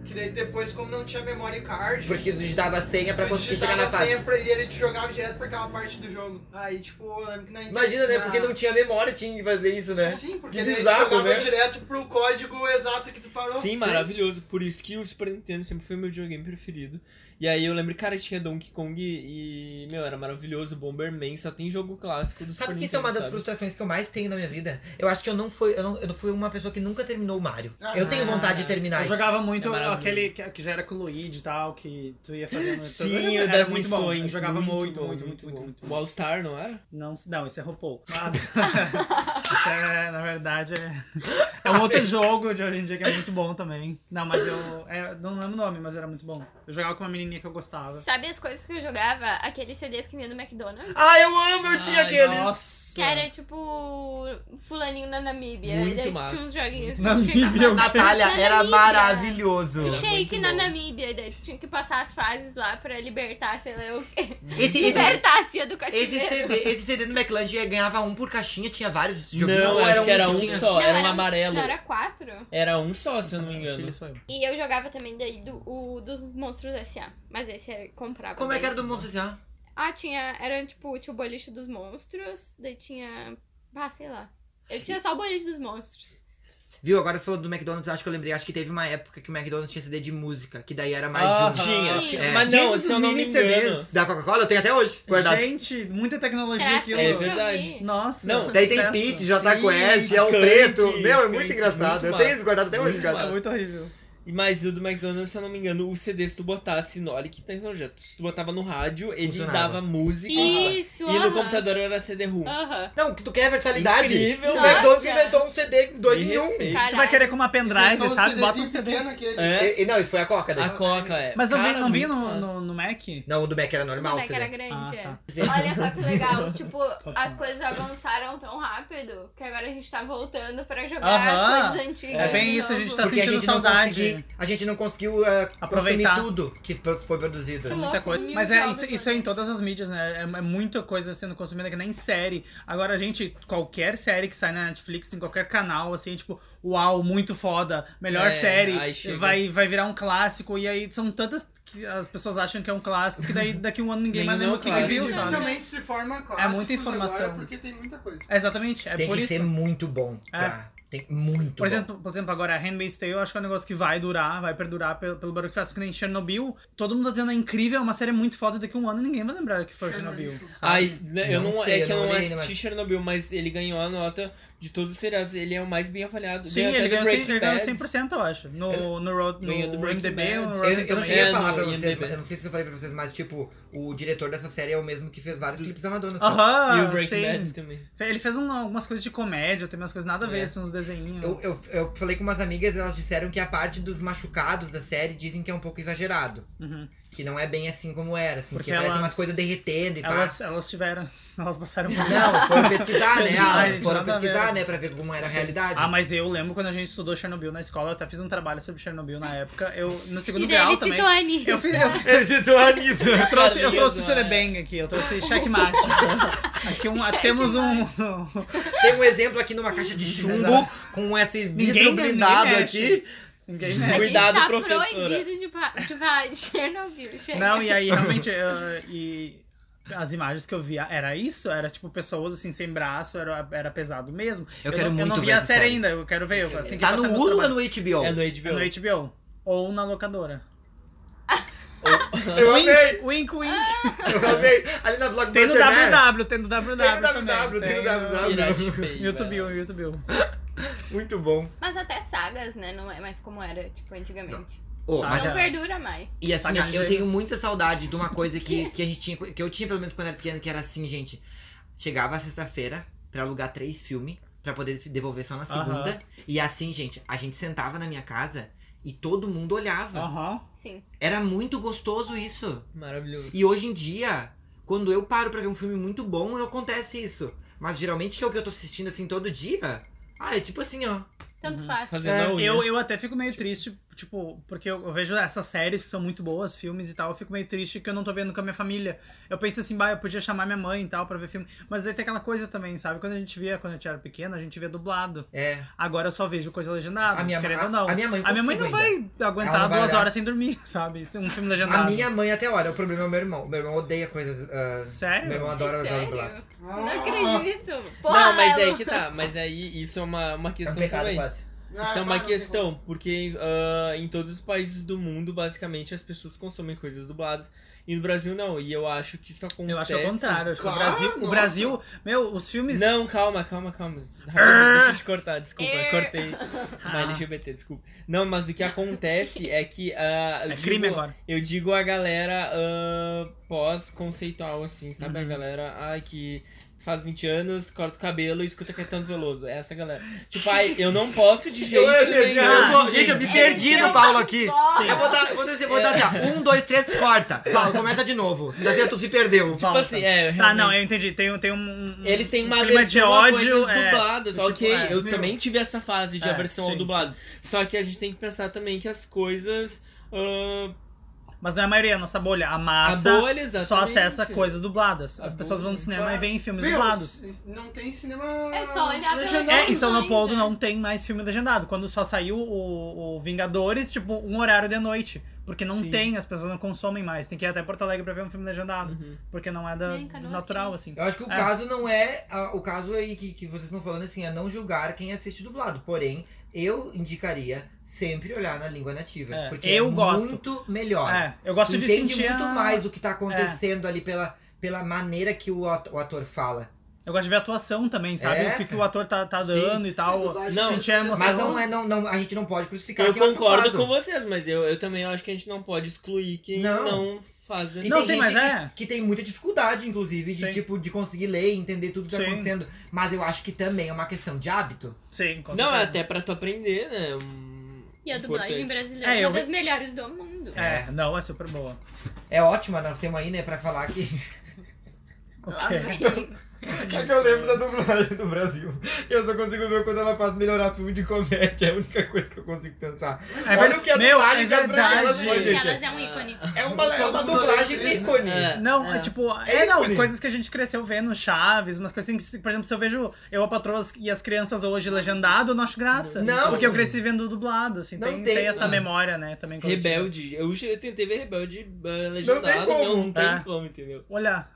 A: Que daí depois, como não tinha memory card,
B: Porque tu digitava a senha É pra
A: tu
B: conseguir chegar na
A: digitava
B: fase.
A: sempre e ele te jogava direto pra aquela parte do jogo. Aí, tipo, eu lembro que na
B: Imagina, né?
A: na-
D: Ah.
B: Porque não tinha memória, tinha que fazer isso, né?
A: Sim, porque
B: Que
A: daí ele
B: bizarro,
A: jogava
B: né?
A: direto pro código exato que tu parou.
D: Sim, maravilhoso. Por isso que o Super Nintendo sempre foi meu videogame preferido. E aí eu lembro, cara, tinha Donkey Kong e, meu, era maravilhoso. Bomberman, só tem jogo clássico do Super
B: Sabe que isso é
D: Nintendo,
B: uma das
D: sabe?
B: frustrações que eu mais tenho na minha vida? Eu acho que eu não fui, eu não, eu não fui uma pessoa que nunca terminou o Mario.
A: Ah.
B: eu tenho vontade de
E: Eu
B: terminar isso.
E: jogava muito
D: É maravilhoso.
E: aquele que, que já era coloide e tal, que tu ia fazendo.
D: Sim,
E: era
D: o das
E: muito bom.
D: missões.
E: Eu jogava muito, muito,
D: bom,
E: muito, muito,
D: bom.
E: muito,
D: O All Star, não era?
E: Não, não, esse é RuPaul. Mas, isso é, na verdade, é, é um outro jogo de hoje em dia que é muito bom também. Não, mas eu é, não lembro o nome, mas era muito bom. Eu jogava com uma menininha que eu gostava.
C: Sabe as coisas que eu jogava? Aqueles CDs que vinha do McDonald's?
B: Ah, eu amo, eu tinha
D: Ai,
B: aquele.
E: Nossa!
C: Que era tipo fulaninho na Namíbia.
D: Muito
C: e aí
D: massa.
C: tinha uns joguinhos que
E: Namíbia,
C: tinha que
E: eu
C: passar-
B: Natália,
C: Na
B: era
C: Namíbia.
B: maravilhoso.
C: O shake
D: é muito
C: na
D: bom.
C: Namíbia, e daí tu tinha que passar as fases lá pra libertar, sei lá, o quê.
B: Esse, esse,
C: libertar a cia do cativeiro.
B: esse, CD, esse CD do McLunch ganhava um por caixinha, tinha vários joguinhos.
D: Não,
B: ou
D: acho que era
B: que
D: um
B: tinha?
D: só,
C: Não,
D: era um
C: era um-
D: amarelo.
C: Não, era quatro.
D: Era um só, se eu não me engano.
E: Chile sou eu.
C: E eu jogava também daí do, o, dos Monstros S.A. Mas esse eu
D: um-
C: comprava.
B: Como é que
C: daí.
B: era do Monstro S.A.?
C: Ah, tinha. Era tipo, tinha o boliche dos monstros, daí tinha. Ah, sei lá. Eu tinha só o boliche dos monstros.
B: Viu, agora falou do McDonald's, acho que eu lembrei. Acho que teve uma época que o McDonald's tinha CD de música, que daí era mais
E: Ah,
B: de um.
D: Tinha,
C: Sim.
D: tinha. Mas
E: Gente,
D: não,
E: dos
D: se eu não me
E: mini
D: engano.
E: CDs.
B: Da Coca-Cola, eu tenho até hoje, guardado.
E: Gente, muita tecnologia
C: Era
E: aquilo.
D: É
C: pra
D: verdade.
C: ouvir.
E: Nossa,
D: Não,
B: Daí tem
E: sucesso.
B: Pete,
D: Sim,
B: J Quest, é o
D: Skank,
B: preto. Meu, é
D: Skank,
B: muito engraçado.
D: muito
B: eu
D: massa.
B: tenho isso guardado até hoje,
D: Muito
B: cara.
E: É muito horrível.
D: E mais o do McDonald's, se eu não me engano, o CD, se tu botasse. No... Olha que tecnologia. Se tu botava no rádio, ele
B: Funcionava.
D: dava música.
C: Isso,
D: é E no
C: aham.
D: computador era CD-ROM.
C: Aham.
B: Não, que tu quer versalidade.
D: Incrível.
B: O
C: Nossa.
B: McDonald's inventou um CD dois
D: Me
B: em um.
D: respeita.
E: Tu vai
C: Caralho.
E: querer com uma pendrive,
A: Então,
E: sabe?
A: CDzinho
E: Bota um CD.
A: pequeno aquele.
D: É.
B: E- e não, isso foi a Coca daí.
E: Ah.
D: A Coca, é.
E: Mas não,
D: Cara,
E: vi, não vi
D: muito
E: no,
D: massa.
E: no, no Mac?
B: Não, o do Mac era
C: Como
B: normal, o
C: é que era
B: CD.
C: grande?
E: Ah, tá.
C: Olha só que legal, tipo, as coisas avançaram tão rápido que agora a gente tá voltando pra jogar
E: Aham.
C: as coisas antigas.
E: É bem
C: de
E: isso, a
C: novo.
E: gente tá
B: Porque a
E: sentindo
B: gente, não
E: saudade.
B: consegui, a gente não conseguiu eh,
E: Aproveitar.
B: consumir tudo que pro- foi produzido.
C: Que louco.
E: Muita coisa.
C: mil
E: Mas é
C: jogos
E: isso,
C: agora.
E: isso é em todas as mídias, né? É, é muita coisa sendo consumida, que nem série. Agora, gente, qualquer série que sai na Netflix, em qualquer canal, assim, tipo, uau, muito foda, melhor
D: É, aí
E: série,
D: chega.
E: vai, vai virar um clássico. E aí são tantas que as pessoas acham que é um clássico, que daí daqui um ano ninguém
D: Nem
E: mais
D: não
E: lembra o
D: é
E: que, que
D: clássico.
E: viu, sabe? É
A: Dificilmente se forma clássicos
E: muita informação.
A: agora porque tem muita coisa.
E: É, exatamente, é
B: tem
E: por
B: que
E: isso. É.
B: ser muito bom. Pra, Tem muito
E: Por
B: bom.
E: exemplo, por exemplo, agora, Handmaid's Tale, eu acho que é um negócio que vai durar, vai perdurar pelo, pelo barulho que faz, que nem Chernobyl. Todo mundo tá dizendo é incrível, é uma série muito foda, daqui a um ano ninguém vai lembrar que foi Chernobyl.
D: Ai, né, eu
B: Não
D: não,
B: sei,
D: é que
B: eu
D: eu
B: não
D: não
B: olhei,
D: assisti
B: mas-
D: Chernobyl, mas ele ganhou a nota de todos os seriados. Ele é o mais bem avaliado.
E: Sim,
D: Ganhou até
E: Assim, ele
D: do
E: ganhou, cem-
D: Breaking
E: ele ganhou
D: Bad.
E: 100%, eu acho. No, no, road, no
D: Ganhou do Breaking
E: IMDB ou no
D: Bad.
B: Eu,
E: Rotten
B: eu não cheguei
E: Tomatoes.
B: a
D: É,
B: falar
D: no
B: pra vocês,
D: IMDb.
B: mas eu não sei se eu falei pra vocês, mas tipo, o diretor dessa série é o mesmo que fez vários clipes da Madonna. sabe?
D: E
E: Aham,
D: o Breaking
E: sim.
D: Bad também.
E: Ele fez um- algumas coisas de comédia, tem umas coisas nada a ver,
D: É.
E: assim, uns desenhinhos.
B: Eu, eu, eu falei com umas amigas elas disseram que a parte dos machucados da série dizem que é um pouco exagerado.
E: Uhum.
B: Que não é bem assim como era, assim,
E: Porque
B: que parece
E: elas-
B: umas coisas derretendo
D: Tá.
B: e tal.
E: Elas, elas tiveram... Elas passaram por...
B: Não, foram pesquisar, né?
E: Ai,
B: Elas
E: gente,
B: foram
E: nada a
B: pesquisar,
E: ver.
B: né? Pra ver como era a realidade.
E: Ah, mas eu lembro quando a gente estudou Chernobyl na escola, eu até fiz um trabalho sobre Chernobyl na época. Eu, no segundo
C: E daí
E: grau
C: ele
E: também.
C: citou a Anitta.
E: Eu fiz... Eu,
B: Ele citou a Anitta.
E: eu trouxe, eu
D: Carlinhos, né?
E: trouxe o
D: não
E: Cerebang aqui, eu trouxe Checkmate. Aqui um, temos um...
B: Tem um exemplo aqui numa caixa de chumbo com esse vidro
E: Ninguém- ninguém
B: blindado
E: mexe.
B: aqui.
E: Ninguém
C: A
E: mexe.
C: gente
D: Cuidado,
C: tá
D: professora.
C: proibido de, pa- de falar de Chernobyl, chega.
E: Não, e aí realmente. eh, e as imagens que eu via era isso, era tipo pessoas assim sem braço, era, era pesado mesmo.
B: Eu quero
E: não,
B: muito
E: eu não
B: ver
E: vi a
B: essa
E: série
B: série.
E: ainda, eu quero ver. eu- assim que
B: Tá
E: passar
B: no
E: meus
B: Hulu ou
E: trabalhos.
B: no HBO?
D: É no
E: É
D: HBO.
E: no HBO. Ou na locadora. É
B: Eu amei, Ah.
E: Wink, wink, wink.
B: eu amei. Ali na
E: Tem no
B: Blockbuster, né?
E: WW, tem no WW.
B: Tem no WW, tem no WW.
D: Pirate feio,
E: YouTube, um,
D: velho.
E: YouTube.
B: Muito bom.
C: Mas até sagas, né? Não é mais como era, tipo, antigamente.
B: Ô,
E: Sabe?
B: mas é
C: não
B: a-
C: perdura mais.
B: E assim,
E: Saga
B: ó,
E: de
B: eu
E: Gêmeos.
B: tenho muita saudade de uma coisa que, que a gente tinha, que eu tinha pelo menos quando era pequena, que era assim, gente. Chegava sexta-feira pra alugar três filmes, pra poder devolver só na segunda.
E: Aham.
B: E assim, gente, a gente sentava na minha casa e todo mundo olhava.
E: Aham.
C: Sim.
B: Era muito gostoso isso.
D: Maravilhoso.
B: E hoje em dia, quando eu paro pra ver um filme muito bom, eu- acontece isso. Mas geralmente que é o que eu tô assistindo assim todo dia. Ah, é tipo assim, ó.
C: Tanto
E: Uhum.
C: faz.
D: Fazendo
B: É,
D: a unha.
E: Eu, eu até fico meio triste, tipo, porque eu, eu vejo essas séries que são muito boas, filmes e tal, eu fico meio triste que eu não tô vendo com a minha família. Eu penso assim, bah, eu podia chamar minha mãe e tal pra ver filme. Mas daí tem aquela coisa também, sabe? Quando a gente via, quando a gente era pequena, a gente via dublado.
B: É.
E: Agora eu só vejo coisa legendada,
B: A minha,
E: Ah, querendo
B: a,
E: ou não.
B: a minha mãe
E: A minha mãe
B: consigo
E: não
B: ainda.
E: vai
B: Ela
E: aguentar
B: não vai
E: duas
B: olhar.
E: horas sem dormir, sabe? Um filme
B: A
E: legendado.
B: minha mãe até olha, o problema é o meu irmão. Meu irmão odeia coisas. ah, meu
E: É, Sério?
B: irmão adora jogar
C: Sério?
B: no lado.
A: Ah,
B: Ah.
C: Não acredito. Porra,
D: Não, mas
C: Lelo.
E: é
D: aí que tá. Mas aí isso é uma, uma
B: É um
D: questão
B: pecado
D: também.
B: quase.
D: Isso é
A: Ah,
D: uma
A: não tem
D: questão,
A: como.
D: porque ah, em todos os países do mundo, basicamente, as pessoas consomem coisas dubladas. E no Brasil, não. E eu acho que isso acontece...
E: Eu acho ao contrário. acho que
A: Claro,
E: o Brasil, o
A: nossa.
E: Brasil, meu, os filmes.
D: Não, calma, calma, calma. Rapidinho, Deixa eu te cortar, desculpa.
C: É.
D: Cortei.
E: Ah,
D: Uma LGBT, desculpa. Não, mas o que acontece é que. ah, eu
E: é crime
D: digo,
E: agora.
D: Eu digo a galera ah, pós-conceitual, assim, sabe?
E: Uhum.
D: A galera, ai, que faz 20 anos, corta o cabelo e escuta Caetano Veloso. É Essa galera. Tipo, ai, eu não posso de jeito
B: Eu, eu, eu, eu
D: nenhum.
B: tô, gente, eu me
C: Ele
B: perdi
E: é
C: deu
E: um
B: no Paulo
C: uma
B: aqui.
C: volta.
B: Eu vou dar, eu vou dizer, vou dar assim, ó, um, dois, três, corta. Paulo, começa de novo. Daí tu se perdeu.
D: Tipo assim, é,
E: Tá, não,
D: realmente.
E: eu entendi. Tem, um- tem um. um-
D: Eles têm uma
E: um clima
D: aversão
E: de ódio.
D: a coisas
E: é.
D: dubladas.
E: Tipo,
D: ok,
E: é,
D: eu
A: meu.
D: também tive essa fase de
E: É,
D: aversão ao
E: sim,
D: dublado. Só que a gente tem que pensar também que as coisas. ah,
E: Mas não é a maioria, a nossa bolha. A
D: a
E: massa
D: bolha, exatamente.
E: só acessa coisas dubladas.
D: A
E: As pessoas vão no
D: bolha,
E: cinema
A: claro.
E: e veem filmes
A: Meu,
E: dublados.
A: s- não tem cinema.
C: É só olhar pela
A: legendado.
B: um
E: É, em São
C: Mas,
E: Leopoldo
C: é.
E: não tem mais filme legendado. Quando só saiu o, o Vingadores, tipo, um horário de noite. Porque não
D: Sim.
E: tem, as pessoas não consomem mais. Tem que ir até Porto Alegre pra ver um filme legendado.
D: Uhum.
E: Porque não é da,
C: Nem em Canoas
E: natural,
C: tem.
E: assim.
B: Eu acho que o
E: É.
B: caso não é. a- O caso aí que, que vocês estão falando assim é não julgar quem assiste dublado. Porém, eu indicaria sempre olhar na língua nativa.
E: É,
B: Porque
E: eu
B: é
E: gosto.
B: muito melhor.
E: É, eu gosto de
B: Entende
E: sentir.
B: muito
E: a-
B: mais o que tá acontecendo ali pela, pela maneira que o at- o ator fala.
E: Eu gosto de ver a atuação também, sabe?
B: É.
E: O que, que o ator tá, tá
B: Sim.
E: dando e tal.
A: Dublagem
D: Não,
E: sentir a emoção.
B: Mas não é, não, não, a gente não pode crucificar
D: Eu
B: quem é
D: concordo
B: dublado.
D: com vocês, mas eu, eu também acho que a gente não pode excluir quem não,
B: Não.
D: faz dessa
B: E
E: Não,
B: tem
E: sim,
B: gente
E: mas
B: que,
E: é.
B: que tem muita dificuldade, inclusive, de
E: Sim.
B: tipo de conseguir ler e entender tudo que tá
E: Sim.
B: acontecendo. Mas eu acho que também é uma questão de hábito.
E: Sim, com
D: Não, é
E: certeza.
D: até pra tu aprender, né? Hum,
C: E a dublagem
D: importante.
C: brasileira
E: É,
C: é
E: eu
C: uma
E: vi-
C: das melhores do mundo.
E: É, não, é super boa.
B: É ótima, nós temos aí, né, pra falar que.
C: Ah,
E: Ok.
B: É que eu lembro da dublagem do Brasil. Eu só consigo ver quando ela faz melhorar filme de comédia. É a única coisa que eu consigo pensar.
E: É
B: Olha
E: ver-
B: o que a
E: Meu,
B: dublagem
E: é
B: faz pra elas,
E: verdade.
B: pô, gente.
C: Elas é um ícone.
B: É uma, é uma dublagem ícone.
D: É.
E: Não, é, tipo, é, não,
B: ícone.
E: coisas que a gente cresceu vendo, Chaves, umas coisas assim, que, por exemplo, se eu vejo eu, a patroa e as crianças hoje legendado, eu não acho graça.
B: Não.
E: Porque eu cresci vendo dublado, assim,
B: Não
E: tem,
B: tem,
E: tem essa
D: não.
E: memória, né, também. coletiva.
D: um Rebelde. Eu, já tentei ver Rebelde uh, legendado, não,
B: como.
D: não tem
E: É.
D: como, entendeu?
E: Olhar.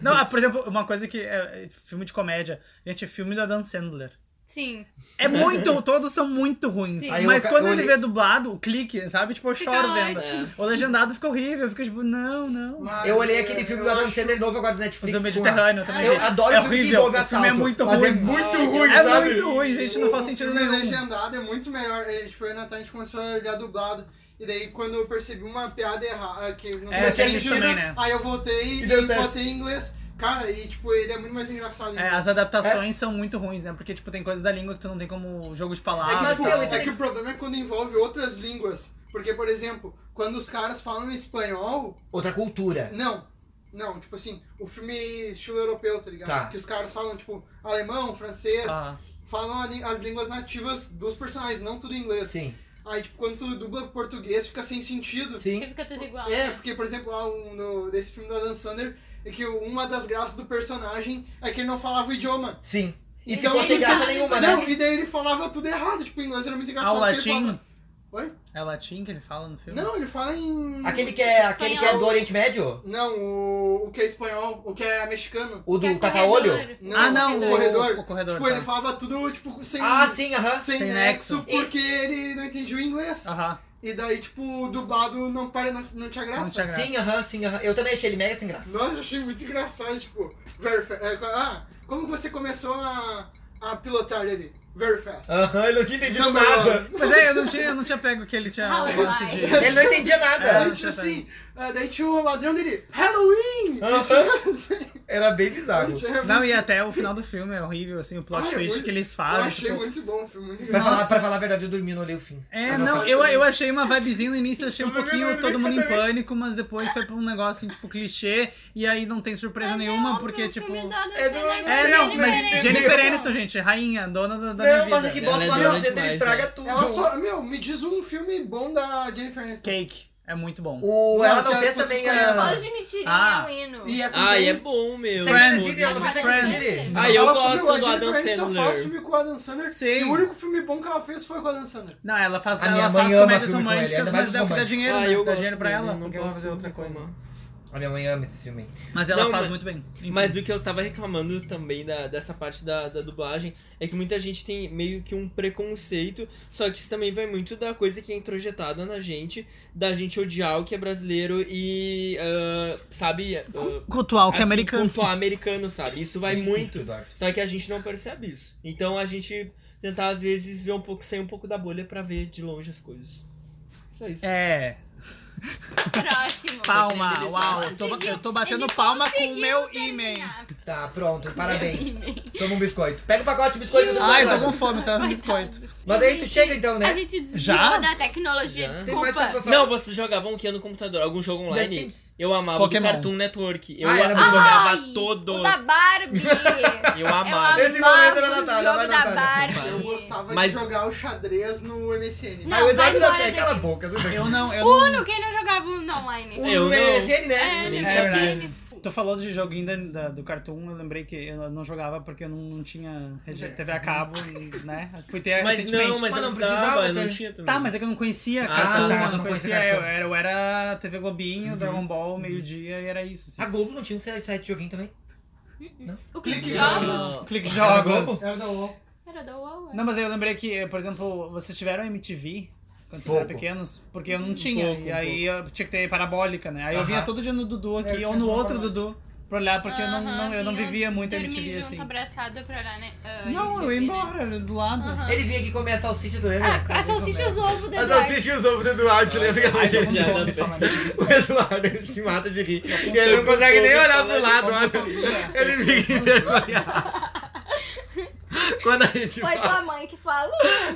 E: Não, ah, por exemplo, uma coisa que é é filme de comédia. Gente, filme da Dan Sandler.
C: Sim.
E: É muito, todos são muito ruins.
C: Sim.
B: Aí eu
E: Mas
B: ca-
E: quando
B: eu
E: ele
B: li-
E: vê dublado, o clique, sabe? Tipo, eu
C: Fica
E: choro vendo.
C: ótimo.
E: O legendado fica horrível, fica tipo, não, não.
A: Mas,
B: Eu olhei
A: é,
B: aquele filme
A: eu
B: do Adam
A: acho-
B: Sandler novo agora do
E: O do
B: Netflix. com a-
E: Mediterrâneo também.
B: Eu adoro
E: É
B: o filme que
E: horrível,
B: envolve
E: o filme
B: assalto.
E: é muito
B: mas é
E: ruim.
B: muito
D: Ah,
B: ruim,
E: É
B: sabe?
E: muito ruim, gente, não faz
A: O
E: sentido
A: filme
E: nenhum.
A: legendado é muito melhor. É, tipo, eu e o Natan, a gente começou a olhar dublado. E daí, quando eu percebi uma piada errada, que não
E: É,
A: fazia
E: tem isso
A: sentido,
E: também, né?
A: aí eu voltei
B: E
A: e,
B: deu certo.
A: botei em inglês. Cara, e tipo, ele é muito mais engraçado. em
E: É, as adaptações são muito ruins, né? Porque, tipo, tem coisas da língua que tu não tem como jogo de
A: É que,
E: palavras. Ah,
B: mas,
A: tipo,
B: meu,
E: tal.
B: isso
A: é que o problema é quando envolve outras línguas. Porque, por exemplo, quando os caras falam espanhol,
B: Outra cultura.
A: não. Não, tipo assim, o filme estilo europeu, tá ligado?
B: Tá.
A: Que os caras falam, tipo, alemão, francês,
E: Ah,
A: falam a lí- as línguas nativas dos personagens, não tudo em inglês.
B: Sim,
A: Aí, tipo, quando tu dubla português, fica sem sentido.
C: Porque
B: sim.
C: fica tudo igual.
A: É,
C: né?
A: porque, por exemplo, lá um, no, desse filme do Adam Sander, é que uma das graças do personagem é que ele não falava o idioma. Então, assim, tipo,
B: Sim. E
C: Ele
B: ficou
C: tem
B: sem
C: que
B: graça
C: falar
B: nenhuma,
A: Não,
B: né?
A: e daí ele falava tudo errado, tipo, em inglês era muito
E: ah,
A: engraçado.
E: o
A: porque ele
E: latim?
A: falava- Oi?
E: É latim que ele fala no filme?
A: Não, ele fala em.
B: Aquele que é, aquele que é do Oriente Médio?
A: Não, o, o que é espanhol, o que é mexicano.
B: O
C: Que é
B: do tapa-olho?
C: corredor.
A: Não,
E: Ah, não,
A: o
E: o
A: corredor.
E: O corredor.
A: tipo,
E: tá.
A: ele falava tudo, tipo, sem,
B: Ah, sim, aham.
A: sem,
E: sem
A: nexo,
E: nexo.
A: porque ele não entendia o inglês.
E: Aham,
A: E daí, tipo, dublado não, para, não, não tinha graça.
E: não tinha graça.
B: Sim, aham, sim, aham. Eu também achei ele mega sem graça.
A: Nossa, eu achei muito engraçado, tipo, very fast. Ah, como você começou a, a pilotar ele? Very
E: Ah,
A: fast.
B: Aham, ele não tinha entendido
A: Number
B: nada.
A: one.
E: Mas é, eu não tinha, eu não tinha pego que ele tinha um
C: How am
E: lance
C: I?
E: de-
B: Ele não entendia
E: É.
B: nada.
A: Daí, tipo assim, ah, daí tinha o ladrão dele, Halloween! Tipo assim,
B: Era bem bizarro.
A: Tinha-
E: Não, e até o final do filme é horrível, assim, o plot
A: Ah, é
E: twist
A: muito-
E: que eles
A: Eu
E: fazem.
A: achei
E: tipo,
A: muito bom o filme, muito
B: Pra
A: engraçado.
B: falar, pra falar a verdade, eu dormi, não olhei o fim.
E: É,
B: Eu
E: não,
A: falei
E: eu,
A: também.
E: eu achei uma vibezinha no início, eu achei um
B: Eu também
E: pouquinho
B: não,
E: todo
B: eu
E: mundo em
B: também.
E: pânico, mas depois foi pra um negócio assim, tipo, clichê, e aí não tem surpresa
C: Mas é
E: nenhuma,
C: óbvio,
E: porque,
C: o
E: tipo.
C: filme da Adam
B: é do-
C: Sandler
B: é,
C: foi
E: É, não,
B: Jennifer
E: mas
B: Aniston.
E: Jennifer Aniston, gente, rainha, dona da, da
B: Não,
E: minha
B: mas
E: vida.
B: é que
D: Ela
B: bota
D: é
B: o
D: dona
B: Adam Sandler, ele
D: demais,
B: estraga tudo.
A: Ela só, meu, me diz um filme bom da Jennifer Aniston.
E: Cake é muito bom.
B: O
A: Não,
B: Ela
A: que
B: Não
A: as
B: Fez
A: pessoas
B: também é
A: conhecem.
B: ela.
C: Só de mentirinha
E: Ah.
C: é um hino.
A: E é com
D: Ah,
A: quem?
D: e é bom, meu.
E: Friends.
D: é bom.
B: Você ela não fez
C: Friends.
B: Friends.
D: Ah, eu
A: ela
D: gosto
A: subiu, a
D: do Adam
A: Jennifer Aniston só faz
D: Sandler.
A: filme com o Adam Sandler.
E: Sim.
A: E o único filme bom que ela fez foi com o Adam Sandler.
E: Não, ela faz,
B: A minha
E: ela
B: mãe
E: faz
B: ama
E: comédias
B: filme com ele,
E: românticas,
B: ainda mais
E: mas dá, dá
B: romântico.
E: dinheiro,
D: Ah,
E: né?
D: eu
E: dá
D: gosto
E: dinheiro pra
D: dele,
E: ela,
D: não
E: porque ela vai
D: posso
E: fazer outra coisa.
D: reclamar.
B: A minha mãe ama esse filme.
E: Mas ela
D: Não,
E: faz
D: mas-
E: muito bem. Enfim.
D: Mas o que eu tava reclamando também da- dessa parte da, da dublagem é que muita gente tem meio que um preconceito, só que isso também vai muito da coisa que é introjetada na gente, da gente odiar o que é brasileiro e, ah, sabe, ah,
E: Cultuar o que é
D: assim,
E: americano.
D: pontuar americano, sabe? Isso vai
B: Sim,
D: muito.
B: tudo, Arthur.
D: Só que a gente não percebe isso. Então a gente tentar, às vezes, ver um pouco, sair um pouco da bolha pra ver de longe as coisas. Só isso.
E: É.
C: Próximo.
E: Palma.
D: Ele
E: Uau. Eu tô, ba- eu tô batendo palma com o meu e-mail.
B: Tá, pronto, parabéns.
C: Parabéns.
B: Toma um biscoito. Pega o pacote de biscoito do
E: Ai, tô
B: Eduardo.
E: com fome, traz um biscoito.
B: Mas é isso, chega então, né?
C: A gente desviou
E: Já?
C: da tecnologia,
D: Já?
B: Tem mais coisa
C: desculpa.
B: pra falar.
D: Não, vocês jogavam o que no computador? Algum jogo
B: The
D: online?
B: Sims.
D: Eu amava o do
E: Pokémon.
D: Cartoon Network. Eu
B: Ah, era muito
D: jogava
C: Ai,
D: todos.
C: O da Barbie. Eu
D: Eu amava.
C: amava
B: Esse momento era
C: o
B: Natália, vai,
C: jogo da
B: Natália.
C: Barbie.
A: Eu gostava
D: Mas-
A: de jogar o xadrez no MSN.
C: Não,
B: Ai, o Eduardo
C: vai
B: não
C: embora
B: tem, cala a
C: daqui.
B: boca.
E: Eu não, eu não.
C: Uno, quem não jogava Uno online?
B: O
D: Eu
B: do
D: não.
B: MSN, né?
C: É,
D: nem
C: nem
E: sabia.
C: sabia.
E: Tu falou de joguinho da, da- do Cartoon, eu lembrei que eu não jogava porque eu não, não tinha rede- TV a cabo, né? Fui
F: É,
E: ter
D: Mas
E: recentemente.
D: não, mas
B: Mas
D: não
B: não
D: precisava,
B: precisava,
D: eu não
B: tem-
D: tinha também.
E: Tá, mas é que eu não conhecia
D: Ah,
E: Cartoon,
D: tá,
E: eu
B: tu
E: não
B: não
E: conhecia,
B: conhecia
E: eu,
B: Cartoon.
E: era, eu era TV Globinho, Dragon Ball, meio-dia, e era isso.
B: A
E: Assim.
B: Globo não tinha um site de joguinho também?
C: O Clique
A: Clique
C: Jogos?
A: Jogos.
E: Clique
B: Era
E: Jogos.
B: Globo?
A: Era da UOL.
C: Era da UOL, é.
E: Não, mas aí eu lembrei que, por exemplo, vocês tiveram MTV quando vocês
B: Pouco.
E: eram pequenos? Porque eu não tinha.
D: pouco,
E: e aí eu tinha que ter parabólica, né? Aí eu vinha
B: Aham.
E: todo dia no Dudu
A: É,
E: aqui,
A: tinha
E: ou no
A: que ter
E: outro
A: parabólica.
E: Dudu, pra olhar, porque eu, não,
C: Aham,
E: não- eu não
C: vinha
E: vivia muito
C: Dormir
E: MTV
C: junto,
E: assim.
C: abraçado pra olhar, né? Ah,
E: Não,
C: MTV,
E: eu ia
C: né?
E: embora, era do lado.
C: Aham.
B: Ele vinha aqui comer a salsicha tá do Eduardo.
C: Ah, a salsicha e os ovos do
B: A
C: Eduardo.
B: salsicha e os ovos do Eduardo, você lembra que
D: Ai,
B: eu
D: que piada.
B: falei? O Eduardo ele se mata de rir. E ele não
D: consigo,
B: consegue nem
D: eu
B: olhar
D: falei
B: pro lado,
D: de
B: olha. Ele fica envergonhado. Quando a gente
C: Foi
B: fala,
C: tua mãe que falou.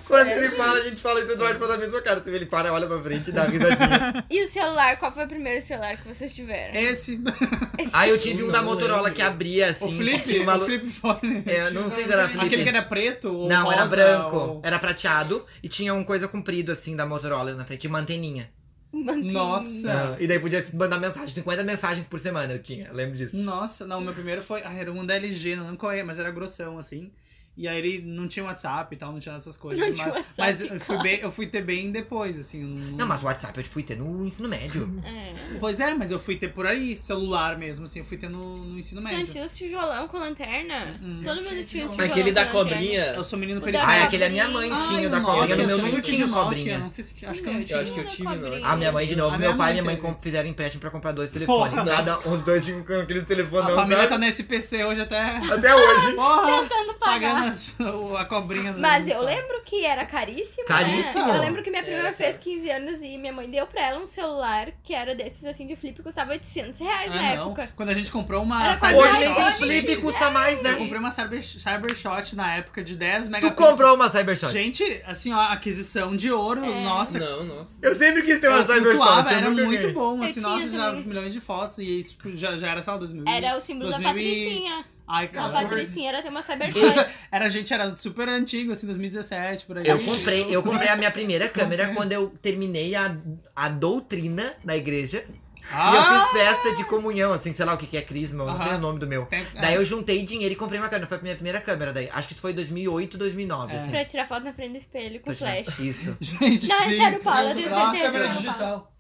B: quando ele fala, a gente fala isso, o Eduardo faz a mesma cara. Você vê, ele para, olha pra frente e dá risadinha.
C: E o celular? Qual foi o primeiro celular que vocês tiveram?
E: Esse.
B: Aí eu tive
D: Eu
B: um
D: não
B: da Motorola
D: lembro.
B: que abria assim.
E: o flip,
B: tinha uma
E: o
B: lu-
E: flip fone.
B: É, não sei se era
A: Aquele
E: Aquele
B: Felipe.
E: que era preto ou
B: Não, era
E: rosa,
B: branco,
E: ou-
B: era prateado e tinha uma coisa comprida assim da Motorola na frente, uma anteninha.
C: Mantém-
E: Nossa.
B: Ah, E daí podia mandar mensagem, 50 mensagens por semana eu tinha, eu lembro disso.
E: Nossa, não, meu primeiro foi. Ah, era um da LG, não lembro qual era, mas era grossão, assim. E aí ele não tinha WhatsApp e tal, não tinha essas coisas.
C: Não
E: mas
C: tinha WhatsApp,
E: mas eu, fui bem, eu fui ter bem depois, assim. eu Não,
B: Não, mas o WhatsApp eu fui ter no ensino médio.
C: É.
E: Pois é, mas eu fui ter por aí, celular mesmo, assim, eu fui ter no, no ensino
C: Não,
E: médio.
C: tinha os tijolão com lanterna.
E: Hum.
C: Todo mundo tinha um tijolão.
D: Aquele da
C: com lanterna.
D: cobrinha.
E: Eu sou menino
C: O
E: periférico.
B: Ah,
C: da
B: é aquele é minha mãe
C: cobrinha.
B: tinha, o da
E: no
B: cobrinha,
E: Nokia,
B: no meu
E: eu
B: não
E: sempre
B: tinha
E: tive Nokia,
B: cobrinha.
E: Não sei se tinha, acho que
C: Hum,
E: eu não
C: eu
E: tinha.
D: acho que eu
C: tinha
D: tive,
C: da
D: não.
C: cobrinha.
B: A Ah, minha mãe de novo,
E: A
B: meu
E: minha
B: pai
E: mãe
B: e minha mãe
E: teve.
B: comp- fizeram empréstimo pra comprar dois telefones.
E: Porra.
B: Cada um, os dois tinham com aquele telefone
E: A
B: não
E: família
B: sabe?
E: tá na SPC hoje até.
B: Até hoje.
E: Porra!
C: Tentando
E: Pagando
C: pagar.
E: as- tá. o- a cobrinha. do-
C: Mas eu lembro que era caríssimo.
B: Caríssimo?
C: Né? Eu lembro que minha prima
D: Era,
C: fez
D: cara.
C: 15 anos e minha mãe deu pra ela um celular que era desses assim de flip e custava 800 reais na
E: Ah, não.
C: época.
E: Quando a gente comprou uma.
C: Era
E: Cyber
C: quase um
B: Hoje nem tem
E: Shot,
C: iPhone.
B: flip e custa mais,
E: Eu
B: né?
E: comprei uma cyber, Cybershot na época de 10
B: Tu
E: megapixels.
B: comprou uma Cybershot.
E: Gente, assim, ó, aquisição de ouro,
C: É.
E: nossa.
D: Não, nossa.
B: Eu sempre quis ter uma
E: eu flutuava,
B: Cybershot, eu
E: era
B: nunca
E: muito
B: ganhei.
E: bom,
C: Eu
E: assim,
C: tinha
E: nossa, tirava
C: também.
E: milhões de fotos e isso já, já era só 2000.
C: Era o símbolo da
E: 2000 e-
C: Patricinha.
E: Ai,
C: A
E: cara.
A: Não,
C: Patricinha era ter uma
E: Isso,
C: Cybershot.
E: era, gente, era super antigo, assim, 2017, por aí.
B: Eu comprei, eu comprei a minha primeira câmera quando eu terminei a, a doutrina na igreja. E eu
E: Ah!
B: fiz festa de comunhão, assim, sei lá o que, que é crisma, eu não sei
E: Aham. É.
B: o nome do meu.
E: Tem-
B: Daí eu juntei dinheiro e comprei uma câmera. Foi a minha primeira câmera daí. Acho que isso foi 2008, 2009,
E: É.
B: assim.
C: Pra tirar foto na frente do espelho com
B: Pra tirar-
C: flash.
B: Isso.
E: Gente,
C: Não, é
E: sim.
C: sério, Paulo, eu tenho
E: Nossa,
C: certeza.
A: câmera
C: que não fala.
A: digital.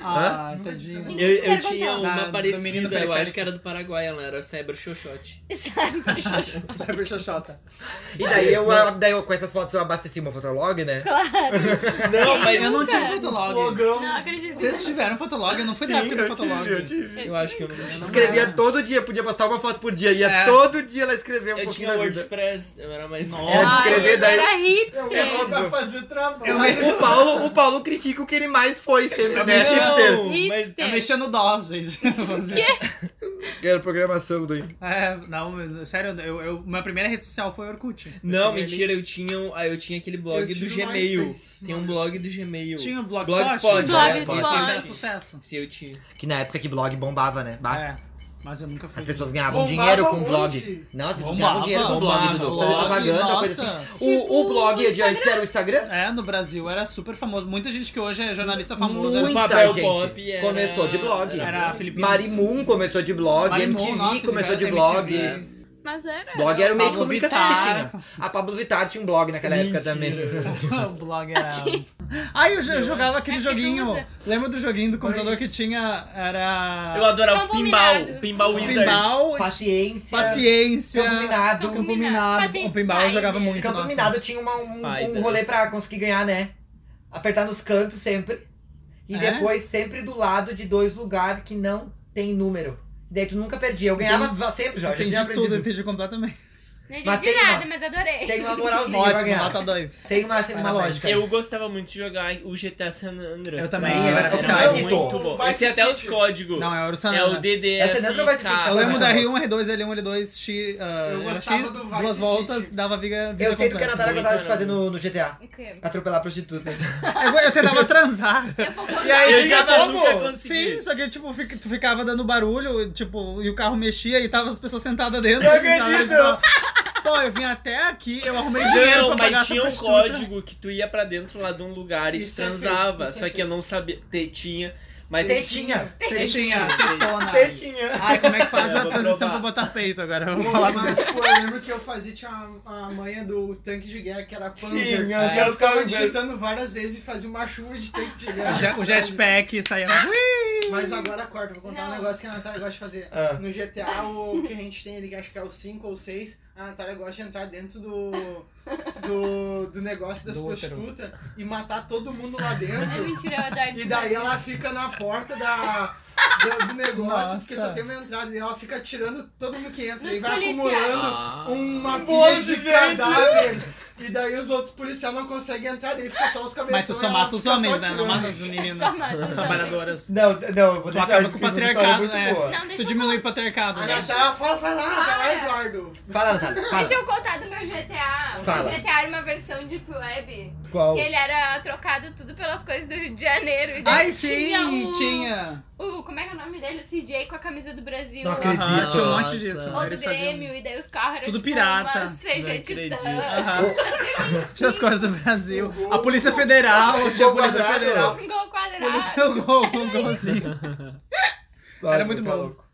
E: Ah,
A: Hã?
E: tadinho.
C: Ninguém
D: Eu,
C: te
D: eu
C: perguntou.
D: tinha
E: Da-
D: uma
E: do menino
D: parecida, eu
E: periférico.
D: acho que era do Paraguai, ela era Cyber Xoxote.
C: Cybershot.
E: Cyber Xoxota.
B: E daí eu, ah, daí eu, com essas fotos, eu abasteci uma fotolog, né?
C: Claro.
D: Não, mas
E: Eu não
C: Nunca.
E: tive fotolog.
A: Flogão.
C: Não acredito.
E: Vocês tiveram fotolog, eu não fui da época do
B: eu tive, eu
E: fotolog.
B: tive.
D: eu acho que eu não
E: não
B: Escrevia
E: era.
B: todo dia, podia postar uma foto por dia. Ia
E: É.
B: todo dia ela escrevia um
D: Eu
B: pouquinho
D: tinha
B: da vida.
D: WordPress, eu era mais
E: Nossa.
B: Era de
C: Ai,
B: escrever,
C: eu
B: daí-
C: era
A: Eu
C: hipster.
A: vou pra
B: óbvio.
A: fazer trabalho.
E: Eu lembro.
B: O Paulo, o Paulo critica o que ele mais foi sempre, né?
E: um.
B: Hipster.
D: Não, mas
E: Eu mexia no DOS, gente.
B: Que era programação daí.
E: É, não, eu- sério, eu, eu- minha primeira rede social foi Orkut. Eu
D: Não,
E: cheguei
D: mentira, eu tinha, ah, eu tinha aquele blog
A: Eu
D: do
A: tive
D: Gmail.
A: MySpace.
D: Tem um blog do Gmail.
E: ali. Tinha um o Blogspot.
D: Blogspot.
C: Blogspot.
D: é,
E: Esse
D: esse
E: aí era
C: Blogspot.
E: sucesso.
D: Sim, eu tinha.
B: Que na época que blog bombava, né? Bah,
E: É, mas eu nunca fui.
B: As pessoas ganhavam
A: Bombava
B: dinheiro com
A: onde?
B: blog. Não, as pessoas
E: Bombava,
B: ganhavam dinheiro com blog,
D: bombava,
B: Dudu.
D: blog,
B: Fazer propaganda, coisa assim.
E: nossa.
B: O, o blog é de antes era o Instagram?
E: É, no Brasil era super famoso. Muita gente que hoje é jornalista famoso.
B: Muita
D: papel
B: gente
D: pop era-
B: começou de blog.
E: Era a Filipina.
B: Marimun começou de blog,
E: Marimun,
B: MTV
E: nossa,
B: começou de
E: MTV.
B: blog.
E: É.
C: Mas era.
B: Blog era o meio de
E: Pablo
B: comunicação que
E: Vittar.
B: tinha. A Pablo Vittar tinha um blog naquela época também.
E: o blog era. Ah, eu, jo- eu jogava
C: É
E: aquele
C: que tu
E: joguinho.
C: usa.
E: Lembra do joguinho do computador que tinha.
F: Eu
E: Era.
F: adorava
C: Campo
F: pinball.
C: Minado.
F: Pinball
D: um
F: Wizard.
E: Pinball,
B: Paciência.
E: paciência.
B: Campo Minado.
C: Campo
E: Campo
C: Minado.
E: minado.
C: Paciência
E: O pinball eu jogava
C: Spider.
E: muito.
B: Campo
E: nossa.
B: Minado tinha uma- um, um
D: Spider.
B: rolê pra conseguir ganhar, né? Apertar nos cantos sempre. E
E: É?
B: depois sempre do lado de dois lugares que não tem número. Daí tu nunca perdia. Eu ganhava sempre, Jorge. Eu
E: Entendi
B: tinha
E: Então, tudo,
B: aprendido.
E: entendi completamente.
C: Não
B: Mas
C: entendi
B: tem uma-
C: nada, mas adorei.
B: Tem uma moralzinha pra
E: Ótimo,
B: ganhar. É
E: nota dois.
B: Tem uma, tem uma
E: Parabéns.
B: lógica.
F: Eu gostava muito de jogar o GTA San Andreas.
E: É. Eu também,
F: Sim,
E: era
F: era,
E: o
F: era
E: San
F: muito
B: Andreas.
F: bom.
A: Vai
F: Eu sei
A: ser
F: até os
A: City.
F: códigos.
E: Não, é o Ursan.
F: É o DDF.
B: Essa não é pra Vice City,
F: cara.
E: Eu lembro um, da
B: Vai,
E: R1, R2, L1, L2, X. ah,
A: Eu
E: era
A: gostava
E: X,
A: do Vice
E: duas
A: City.
E: voltas, dava viga. vida
B: Eu sei do que a
E: completa.
B: Natália
F: Muito
B: gostava de fazer
F: maravilhoso.
B: no, no GTA.
C: O quê?
B: Atropelar prostituta.
E: Eu, eu tentava transar.
C: Eu vou contar.
E: E aí,
F: Eu
E: tinha
F: já
E: como?
F: nunca consegui.
E: Sim, só que tipo, fica- tu ficava dando barulho, tipo, e o carro mexia e tava as pessoas sentadas dentro.
B: Não
E: assim, tava,
B: acredito.
E: tipo, Pô, eu vim até aqui, eu arrumei dinheiro
F: Não,
E: pra pagar
F: mas
E: essa
F: tinha um
E: prostituta.
F: código que tu ia pra dentro lá de um lugar e tu
A: Isso é feio,
F: transava.
A: isso é
F: Só que eu não sabia. Te- Tinha. Mas.
B: Tetinha.
E: Tetinha, tetona.
B: Tetinha.
E: Ai, como é que faz
F: É, eu
E: a
F: vou
E: transição
F: provar.
E: pra botar peito agora? Eu vou falar com
A: Mas, pô, eu lembro que eu fazia, tinha a, a manha do tanque de guerra, que era Panzer.
E: É,
B: Sim,
A: e
B: eu
A: eu ficava
B: ficava
A: digitando várias vezes e fazia uma chuva de tanque de
E: o
A: guerra.
E: jet- o jetpack saía.
A: Mas agora corta, vou contar um
C: Não.
A: negócio que a Natália gosta de fazer.
B: Ah.
A: No GTA, o que a gente tem, ele acho que é o 5 ou 6, a Natália gosta de entrar dentro do, do, do negócio das
E: Do útero.
A: prostitutas e matar todo mundo lá
C: É
A: dentro.
C: mentira, eu adoro.
A: E daí ela fica na porta da, do, do negócio,
E: Nossa.
A: porque só tem uma entrada, e ela fica tirando todo mundo que entra,
C: Dos
A: e vai
C: policiais.
A: acumulando
F: Ah.
A: uma
B: Um
A: pilha
B: monte
A: de
B: de gente.
A: cadáver. E daí os outros policiais não conseguem entrar, daí fica só os cabeções.
E: Mas tu só
A: ela
E: mata os
A: fica só
E: homens, né? Não
A: atirando.
E: mata as meninas,
C: Só mata,
E: as
C: só.
E: trabalhadoras.
B: Não, não, eu vou
E: Tu
B: deixar
E: acaba
B: isso,
E: com o
B: porque essa
E: patriarcado,
B: história
E: né?
B: é muito boa.
C: Não, deixa
E: Tu
C: eu
E: diminui o
C: contar.
E: patriarcado.
A: A
E: né?
A: Natália, tá, fala, vai lá, vai lá,
C: Ah, é.
A: Eduardo.
B: Fala, Natália. Fala.
C: Deixa eu contar do meu GTA.
B: Fala.
C: O GTA era uma versão de Deep Web.
B: Qual?
C: Que ele era trocado tudo pelas coisas do Rio de Janeiro. E daí
E: Oh. Ai, sim,
C: o-
E: tinha.
C: o- como é que é o nome dele? O CJ com a camisa do Brasil.
B: Não
E: Aham,
B: acredito.
E: tinha um monte disso.
C: Ou do
E: Eles faziam-
C: Grêmio, e daí os carros eram
E: Tudo
C: tipo
E: pirata.
C: umas CG
F: Não acredito.
C: Titãs.
E: Aham. Tinha as coisas do Brasil. A Polícia Federal, tinha a
B: Gol
E: Polícia
B: quadrado.
E: Federal.
C: Um gol quadrado.
E: Polícia, o gol, um golzinho.
B: Olha,
E: Era muito
B: tá
E: bom.
B: louco.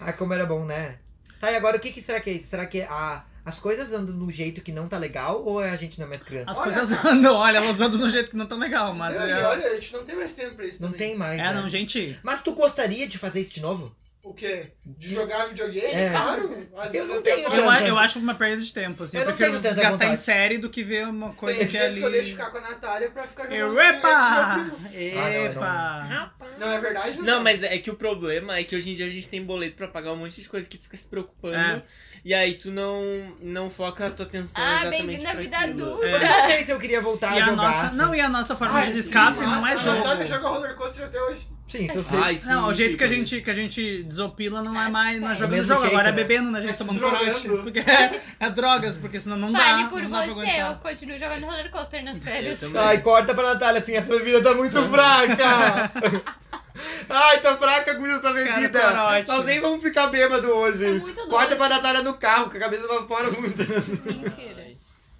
B: Ah, como era bom, né? Tá, e agora o que, que será que é isso? Será que a, as coisas andam de um jeito que não tá legal ou é a gente não é mais criança?
E: As
A: Olha,
E: coisas
A: cara.
E: andam, olha, elas andam de um jeito que não tão legal, mas...
A: Não, e
E: É,
A: olha, a gente não tem mais tempo pra isso
B: não
A: também.
B: tem mais,
E: é,
B: né?
E: não, gente...
B: Mas tu gostaria de fazer isso de novo?
A: O quê? De jogar videogame?
B: É.
A: Claro. Às
B: Eu não
A: até
B: tenho
A: faço.
E: Eu, a-
B: tanta.
E: eu acho uma perda de tempo, assim.
B: Eu
E: Eu,
B: não
E: prefiro
B: tenho tanta
E: gastar em
B: vontade.
E: série do que ver uma coisa
A: Tem
E: que é
A: dias
E: ali...
A: que eu deixo ficar com a Natália pra ficar jogando.
B: um
E: Epa!
B: Ah, não,
E: Epa!
A: Não, é verdade?
F: Não, mas é que o problema é que hoje em dia a gente tem boleto pra pagar um monte de coisa que tu fica se preocupando.
E: É.
F: E aí tu não, não foca a tua atenção
C: Ah,
F: exatamente
C: bem-vindo à
F: pra
C: vida
F: aquilo. É.
C: adulta.
B: Mas eu não sei se eu queria voltar
E: E
B: a
E: a
B: jogar.
E: nossa... Não, e a nossa forma
A: Ai,
E: de escape não
A: nossa,
E: é
A: A Natália
E: jogo.
A: joga roller coaster até hoje.
B: tá Sim, se eu
E: Ah,
B: sei.
F: Ai, sim,
E: Não, o jeito que a
F: fica-
E: gente, que a gente desopila não é
C: É,
E: mais não é
C: é.
B: Do
E: jogando
B: mesmo
E: jogo,
B: jeito,
E: agora é
B: né?
E: bebendo, né? A gente
A: É
E: tomando
A: se drogando.
E: corote. Porque é, é drogas, porque senão não dá.
C: Fale por
E: não dá pra
C: você, eu
E: aguentar.
C: continuo jogando roller coaster nas
F: É, Eu
C: férias.
F: também.
B: Ai, corta pra Natália, assim, essa bebida tá muito fraca! Ai, tá fraca com essa bebida!
E: corote.
B: Nós nem vamos ficar bêbado hoje.
C: Tá muito
B: corta
C: doce.
B: pra Natália no carro, com a cabeça pra fora. vomitando.
C: Mentira.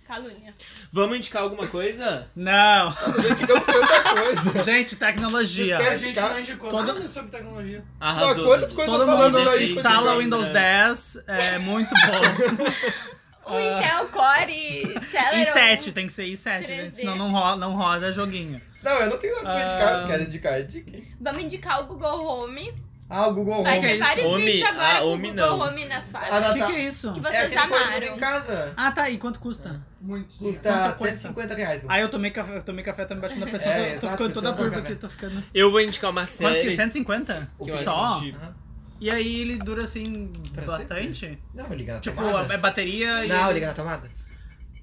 C: Calúnia.
F: Vamos indicar alguma coisa?
E: Não,
B: Ficamos com tanta coisa.
E: gente, tecnologia.
A: A
B: Quer
A: gente
B: ficar-
A: não indicou
E: Toda-
A: nada tá sobre tecnologia.
F: Arrasou.
B: Ó, quantas
F: Dudu.
B: coisas
E: Todo
B: falando
E: mundo
B: aí?
E: instala o
F: Né?
E: Windows 10, é muito bom.
C: O Intel Core Celeron.
E: i7, tem que ser i7, gente,
C: 3D.
E: senão não roda, não roda joguinho.
B: Não, eu não tenho nada pra indicar.
E: Ah.
B: Quero indicar, indiquei.
C: Vamos indicar o Google Home.
B: Ah, o Google
C: Vai
E: que
B: Home.
E: é
C: ter
E: isso?
C: vários
F: Home?
C: vídeos agora
F: Ah,
C: com o
F: Home
C: Google
F: não.
C: Home nas
B: A
C: faires.
E: O que,
B: Natália.
E: que é isso?
C: Que
B: Ah, É
C: vocês
B: aquele coisa que É, tem em
C: amaram.
B: casa.
E: Ah, tá, e quanto custa?
A: Muito.
B: Custa
E: Quanta coisa.
B: 150 reais.
E: Ah, eu tomei café, eu tomei café, tá me baixando a pressão,
B: É,
E: tô, tô
B: exato,
E: ficando toda
B: senão toma
E: turva
B: café.
E: aqui, tô ficando...
F: Eu vou indicar uma
E: Quanto que,
F: série.
E: 150?
F: que eu
E: Só?
F: assisti.
B: Aham.
E: E aí ele dura, assim,
B: Pra
E: bastante?
B: Não, liga na
E: Tipo,
B: tomada.
E: é bateria e...
B: Não, liga na tomada.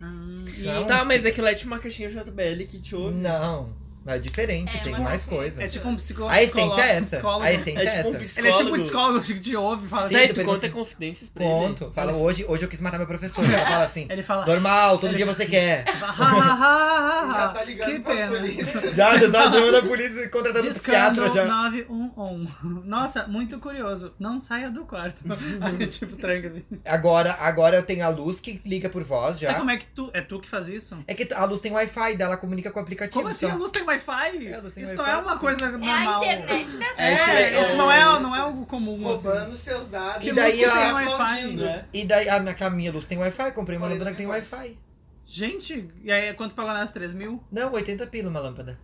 E: Hum, e-
B: Não.
F: Tá, mas aquilo é tipo uma caixinha JBL que te ouve.
B: Não, é diferente,
C: É,
B: tem
C: mas-
B: mais coisa.
E: É tipo um psicó- psicólogo.
B: A essência é essa.
E: psicólogo.
B: A essência
F: É
B: é
F: tipo um
B: essa.
F: psicólogo.
E: Ele é tipo um psicólogo que te ouve e fala
B: Sim,
F: Tá, e
B: tu
F: tu
B: pergunta
F: conta
B: assim,
F: confidências pra ele?
B: Ponto. Fala, hoje, hoje eu quis matar meu professor. Ela fala assim,
E: Ele fala.
B: normal, todo
E: Ele-
B: dia você quer.
E: "Ha, ha, ha, ha, ha."
A: Já tá ligando
E: Ah, que
A: pra
E: pena.
A: polícia.
B: Já, já tá chamando a polícia e contratando um
E: Discando
B: psiquiatra já.
E: 911. Nossa, muito curioso. Não saia do quarto. Aí, tipo, tranca assim.
B: Agora, agora eu tenho a luz que liga por voz
E: Mas
B: já.
E: como é que tu. É tu que faz isso?
B: É que a luz tem Wi-Fi, daí ela comunica com o aplicativo.
E: Como assim? A
B: só.
E: luz tem Wi-Fi?
B: É, a luz tem
E: isso
B: Wi-Fi.
E: não é uma coisa
C: É a
E: normal.
C: internet das
F: É, isso
E: É,
F: é-
E: isso não é, não é algo comum. assim.
A: Roubando seus dados.
B: Que daí
A: você
B: a-
A: tá
E: Wi-Fi,
A: aplaudindo.
E: né?
B: E daí, ah, a minha, que a minha luz tem Wi-Fi, comprei uma
A: Olha,
B: lâmpada
A: não
B: que tem
A: tem
B: Wi-Fi.
E: Gente, e aí quanto pagou nas 3 mil?
B: Não, 80 pila uma lâmpada.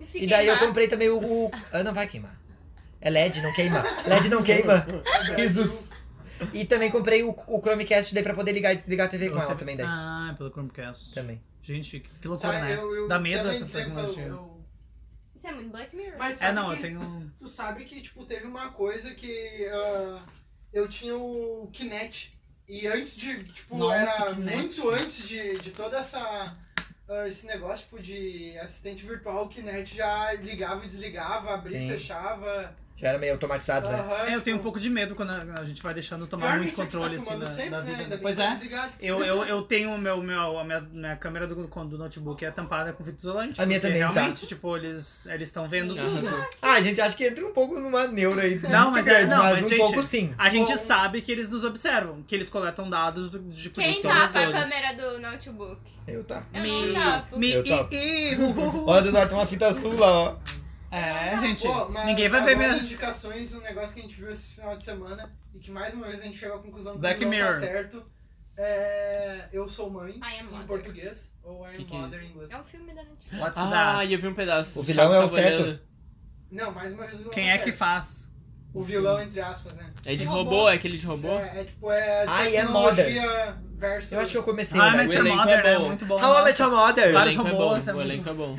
C: E, se
B: E daí eu
C: queimar?
B: comprei também o. o- Ah, não vai queimar. É LED, não queima. LED não queima. Jesus. E também comprei o, o Chromecast daí pra poder ligar e desligar a TV com ela também daí.
E: Ah, é pelo Chromecast.
B: Também.
E: Gente, que, que loucura,
A: Sabe,
E: né?
A: eu, eu
E: Dá medo
A: também
E: essa
A: sempre
E: tecnologia.
A: eu- eu-
C: Isso é muito Black Mirror.
A: Mas
E: É,
A: sabe
E: não,
A: que,
E: eu tenho...
A: tu sabe que, tipo, teve uma coisa que ah, eu tinha o Kinect. E antes de, tipo,
E: Nossa,
A: era
E: Kinect.
A: muito antes de, de toda essa... ah, esse negócio, tipo, de assistente virtual, o Kinect já ligava e desligava, abria
B: Sim.
A: e fechava.
B: Já era meio automatizado, né?
A: Aham,
E: É, eu tenho um
A: tipo,
E: pouco de medo quando a a gente vai deixando tomar
A: pior que
E: muito
A: isso aqui
E: controle,
A: tá
E: assim,
A: fumando
E: na,
A: sempre,
E: na
A: né?
E: vida.
A: Ainda bem
E: pois
A: que tá
E: é.
A: desligado.
E: Eu, eu, eu tenho o meu, meu, a minha, minha câmera do, do notebook é tampada com fita isolante.
B: A minha
E: porque
B: também tá.
E: Realmente, tipo, eles eles estão vendo tudo.
D: Arrasou.
B: Ah, gente, acho que entra um pouco numa neura aí.
E: Não,
B: muito
E: mas é-
B: grande,
E: não,
B: mas
E: mas,
B: um
E: gente,
B: pouco sim.
E: A gente
A: Bom.
E: sabe que eles nos observam, que eles coletam dados do, de tipo,
C: Quem
E: de todas
C: tapa
E: as
C: a
E: zonas.
C: câmera do notebook?
B: Eu tá.
C: Eu
E: Me-
C: não tapo.
E: Me,
B: Eu
E: e-
B: topo.
E: e- uhul.
B: Ó, Eduardo, tem uma fita azul lá, ó.
E: É, gente.
A: Pô, mas
E: ninguém vai ver
A: agora
E: mesmo.
A: indicações, um negócio que a gente viu esse final de semana e que mais uma vez a gente chegou à conclusão que
E: Black
A: não
E: Mirror.
A: tá certo. É, eu sou mãe,
C: I am
A: em
C: mother.
A: português, ou I
D: Que
A: am
D: que é
A: mother em inglês.
C: É um filme da Netflix.
E: What's
D: Ah,
E: that?
D: eu vi um pedaço.
B: O vilão
D: Thiago
B: é o
D: tava
B: certo?
D: olhando.
A: Não, mais uma vez o vilão
E: Quem
A: tá
E: é que
A: certo.
E: faz?
A: O vilão, entre aspas, né?
D: É de
C: Que
D: robô?
C: robô?
D: É aquele de robô?
A: É, é tipo, é
B: I am
A: tecnologia versus...
B: Eu acho que eu comecei.
E: How I
B: né?
E: Met Your
D: elenco é
E: Mother, né?
D: bom.
E: Muito bom.
B: How I Met Your Mother.
D: O
E: Vários
D: elenco é
E: robôs, é
D: bom. O
E: muito
D: elenco é bom.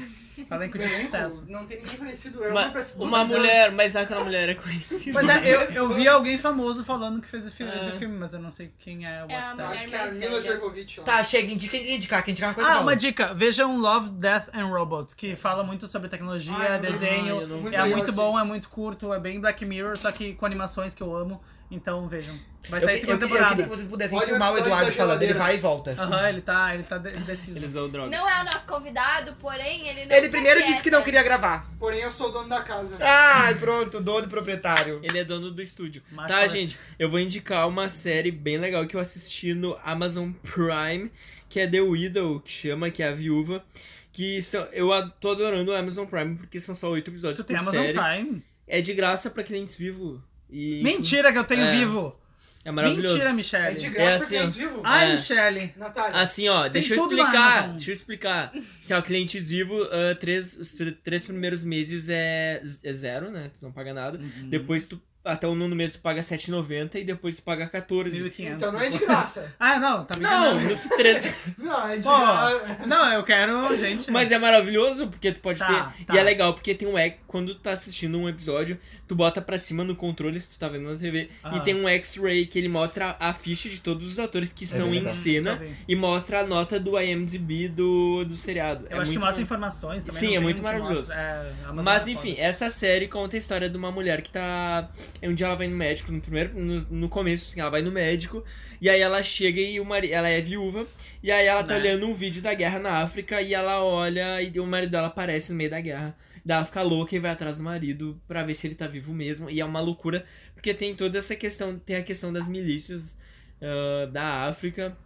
E: Falem
A: O
E: com de
A: elenco,
E: sucesso.
A: não tem ninguém conhecido. Eu,
D: Uma-
A: uma, pessoa,
D: Uma
A: duas pessoas.
D: mulher, mas aquela mulher é conhecida.
E: Mas é, eu, eu vi alguém famoso falando que fez esse filme,
D: É.
E: esse filme, mas eu não sei quem é o
C: É a
E: What's
A: Eu
E: That.
A: Acho que é a
C: mais
A: Mila
C: velha.
A: Jovovich lá.
B: Tá, chega, indica, indica, indica, indica uma coisa
E: Ah,
B: nova.
E: uma dica. Vejam Love, Death and Robots, que fala muito sobre tecnologia,
A: Ah, eu não-
E: desenho.
D: eu não
A: Muito
D: vi.
E: é
A: legal
E: muito
B: assim,
A: esse.
E: bom, é muito curto, é bem Black Mirror, só que com animações que eu amo. Então vejam. Vai
B: Eu,
E: sair
B: que- eu,
E: segunda
B: que- eu queria
E: temporada.
B: que vocês pudessem
A: Olha o
B: filmar o
A: episódio
B: Eduardo
A: da
B: falando, ele
A: geladeira.
B: vai e volta.
E: Aham, ele tá, ele tá de- indeciso.
D: Eles usam droga.
C: Não é o nosso convidado, porém, ele não
B: Ele
C: se
B: primeiro
C: aquieta.
B: disse que não queria gravar.
A: Porém, eu sou o dono da casa.
B: Tá. Ai, pronto, dono e proprietário.
D: Ele é dono do estúdio.
E: Mas
D: tá,
E: fala-
D: gente, eu vou indicar uma série bem legal que eu assisti no Amazon Prime, que é The Widow, que chama, que é a viúva. Que são, eu a- tô adorando o Amazon Prime porque são só oito episódios
E: Tu
D: por
E: tem Amazon
D: série.
E: Prime?
D: É de graça pra clientes vivos. E
E: Mentira que eu tenho
D: É.
E: vivo!
D: É maravilhoso.
E: Mentira,
A: É
E: Michelle.
A: de graça
D: É
A: pra
D: assim,
A: quem é vivo.
E: Ai,
D: É.
E: Michelle.
A: Natália.
D: Assim, ó, deixa eu
E: tudo na
D: explicar.
E: Amazon.
D: Deixa eu explicar. Assim, ó, clientes vivos, ah, três, os tr- três primeiros meses é, z- é zero, né? Tu não paga
E: Hum.
D: nada. Depois tu. Até o nono mês tu paga 7,90 e depois tu paga
E: Hum,
D: 14.
E: 1.500.
A: Então não é de graça.
E: Ah, não, tá me
D: Não,
E: enganando.
D: nos três
A: Não, é de
E: Ó,
A: graça.
E: Não, eu quero, gente. né?
D: Mas é maravilhoso, porque tu pode
E: Tá,
D: ter.
E: tá.
D: E é legal, porque tem um X. Quando tu tá assistindo um episódio, tu bota pra cima no controle, se tu tá vendo na TV,
E: Ah.
D: e tem um X-ray que ele mostra a ficha de todos os atores
E: É
D: que
B: bem
D: estão é um em né?
B: legal.
E: Só
D: cena
E: vem.
D: e mostra a nota do IMDB do, do seriado.
E: Eu
D: é
E: acho que
D: muito
E: mostra
D: bom.
E: informações também.
D: Sim,
E: não
D: é
E: tem
D: muito
E: que
D: maravilhoso.
E: mostra. É, Amazon
D: Mas
E: é
D: enfim,
E: foda.
D: essa série conta a história de uma mulher que tá. Um dia ela vai no médico, no primeiro. No, no começo, assim, ela vai no médico, e aí ela chega e o mari... ela é viúva, e aí ela tá
E: Né?
D: olhando um vídeo da guerra na África e ela olha e o marido dela aparece no meio da guerra. Daí ela fica louca e vai atrás do marido pra ver se ele tá vivo mesmo. E é uma loucura, porque tem toda essa questão, tem a questão das milícias ah, da África.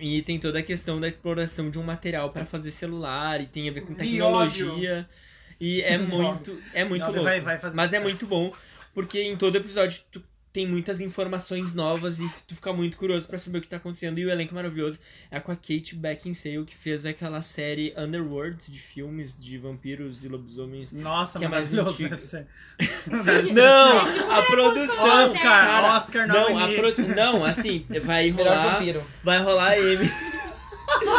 D: E tem toda a questão da exploração de um material pra fazer celular e tem a ver com
A: Nióbio.
D: tecnologia. E é
E: Nióbio.
D: muito, é muito
E: Não,
D: louco.
E: vai- vai fazer
D: Mas é
E: sucesso.
D: muito bom, porque em todo episódio tu tem muitas informações novas e tu fica muito curioso pra saber o que tá acontecendo. E o elenco é maravilhoso é com a Kate Beckinsale, que fez aquela série Underworld de filmes de vampiros e lobisomens.
E: Nossa,
D: Que é mais
E: maravilhoso.
D: antigo.
E: Deve ser.
D: Não, a produção,
E: Oscar,
D: cara.
E: Oscar
D: Não, a
E: nominee.
D: produ- não, assim, vai
B: Melhor
D: rolar,
B: vampiro.
D: vai rolar a M.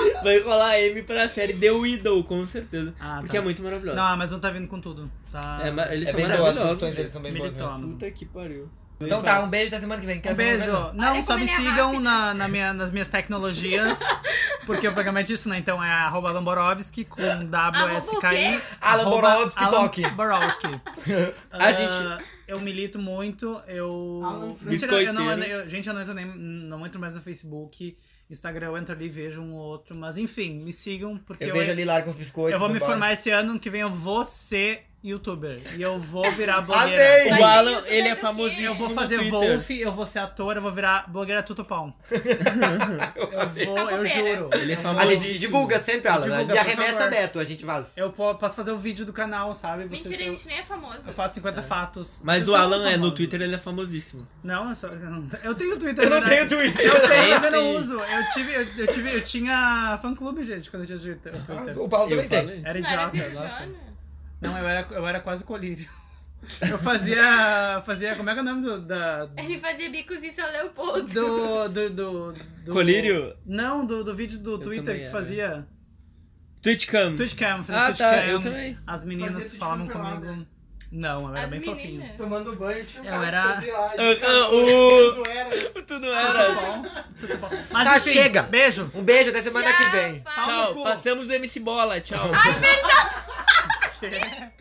D: vai rolar a M pra série The Widow, com certeza,
E: Ah, tá.
D: porque é muito maravilhosa.
E: Não, a Amazon tá vindo com tudo. Tá... Um
D: É, mas eles
B: É
D: são
B: bem boa, as
D: maravilhosos.
B: produções deles
D: gente.
B: são bem boas.
E: Militou,
B: mesmo.
E: Amazon.
D: Puta que pariu.
B: Então tá, um beijo da semana que vem. Quer
E: Um
B: falar
E: beijo.
B: mais não?
E: Não,
C: Olha
E: só
C: como
E: me
C: ele é
E: sigam
C: rápido.
E: na, na minha, nas minhas tecnologias, porque o programa é disso, né? Então é arroba Lamborovski com
C: Arroba o
E: WSKI.
C: quê?
B: Alan
E: arroba
B: Borowski
E: Alan
B: Toque.
E: Borowski.
D: A
E: Ah,
D: gente-
E: Eu milito muito, eu.
A: Alan
E: Mentira, eu não,
D: Biscoiteiro.
E: eu- gente, eu não entro, nem, não entro mais no Facebook, Instagram, eu entro ali e vejo um outro. Mas enfim, me sigam, porque
B: Eu
E: eu,
B: vejo ali, larga uns biscoitos.
E: eu vou me
B: vambora.
E: formar esse ano, ano que vem eu vou ser youtuber. E eu vou virar blogueira.
B: Amei!
F: O Alan,
C: Mas,
F: ele é
C: do quê?
F: famosíssimo
E: Eu vou
F: no
E: fazer
F: Twitter.
E: Wolf, eu vou ser ator, eu vou virar blogueira tutupão. eu vou, eu
C: Capoeira.
E: juro.
D: Ele é
E: Eu
B: A
D: famoso.
E: vou-
B: gente divulga sempre, Alan. né?
E: Divulga,
B: e
E: por
B: arremessa
E: favor.
B: Beto, a gente faz.
E: Eu po- posso fazer o vídeo do canal, sabe? Vocês-
C: Mentira, a
E: eu-
C: gente nem é famoso.
E: Eu faço 50 fatos.
D: Mas
E: Vocês
D: o
E: são
D: Alan é, no
E: famosos.
D: Twitter ele é famosíssimo.
E: Não, eu só. Eu não- eu tenho Twitter.
B: Eu não
E: verdade.
B: tenho Twitter.
E: Eu tenho, mas eu não
D: Sim.
E: uso. Eu tive, eu, eu tive, eu tinha fã clube, gente, quando eu tinha Twitter. Twitter.
B: O Paulo
D: Eu
B: também tem.
D: falei.
E: Era
C: Não era
E: idiota, nossa.
C: virginiana?
E: Não, eu era, eu era quase colírio. Eu fazia. fazia. Como é que é o nome do. Da,
C: Ele fazia bicos em São Leopoldo.
E: do, do, do, do-
D: Colírio?
E: Não, do, do vídeo do
D: Eu
E: Twitter
D: também
E: que tu
D: era.
E: fazia.
D: Twitchcam.
E: Twitchcam, fazia
D: Ah, tá,
E: Twitchcam.
D: eu também.
E: As
A: Fazia
E: meninas
A: Twitchcam
E: falavam
A: pelada.
E: comigo. Não, eu era
C: As
E: bem fofinha.
C: meninas.
A: Tomando banho, tinha um
E: Eu
A: cara
E: era-
A: que fazia lá.
D: Ah,
A: De
D: ah,
A: cara,
D: o-
A: tu eras.
D: Tudo era.
E: Tudo bom. Mas
B: Tá,
E: enfim,
B: chega.
E: Beijo.
B: Um beijo, até semana que vem.
C: Tchau, fala.
E: Pau no
D: Tchau,
E: cu.
D: passamos o MC Bola, tchau.
E: Que-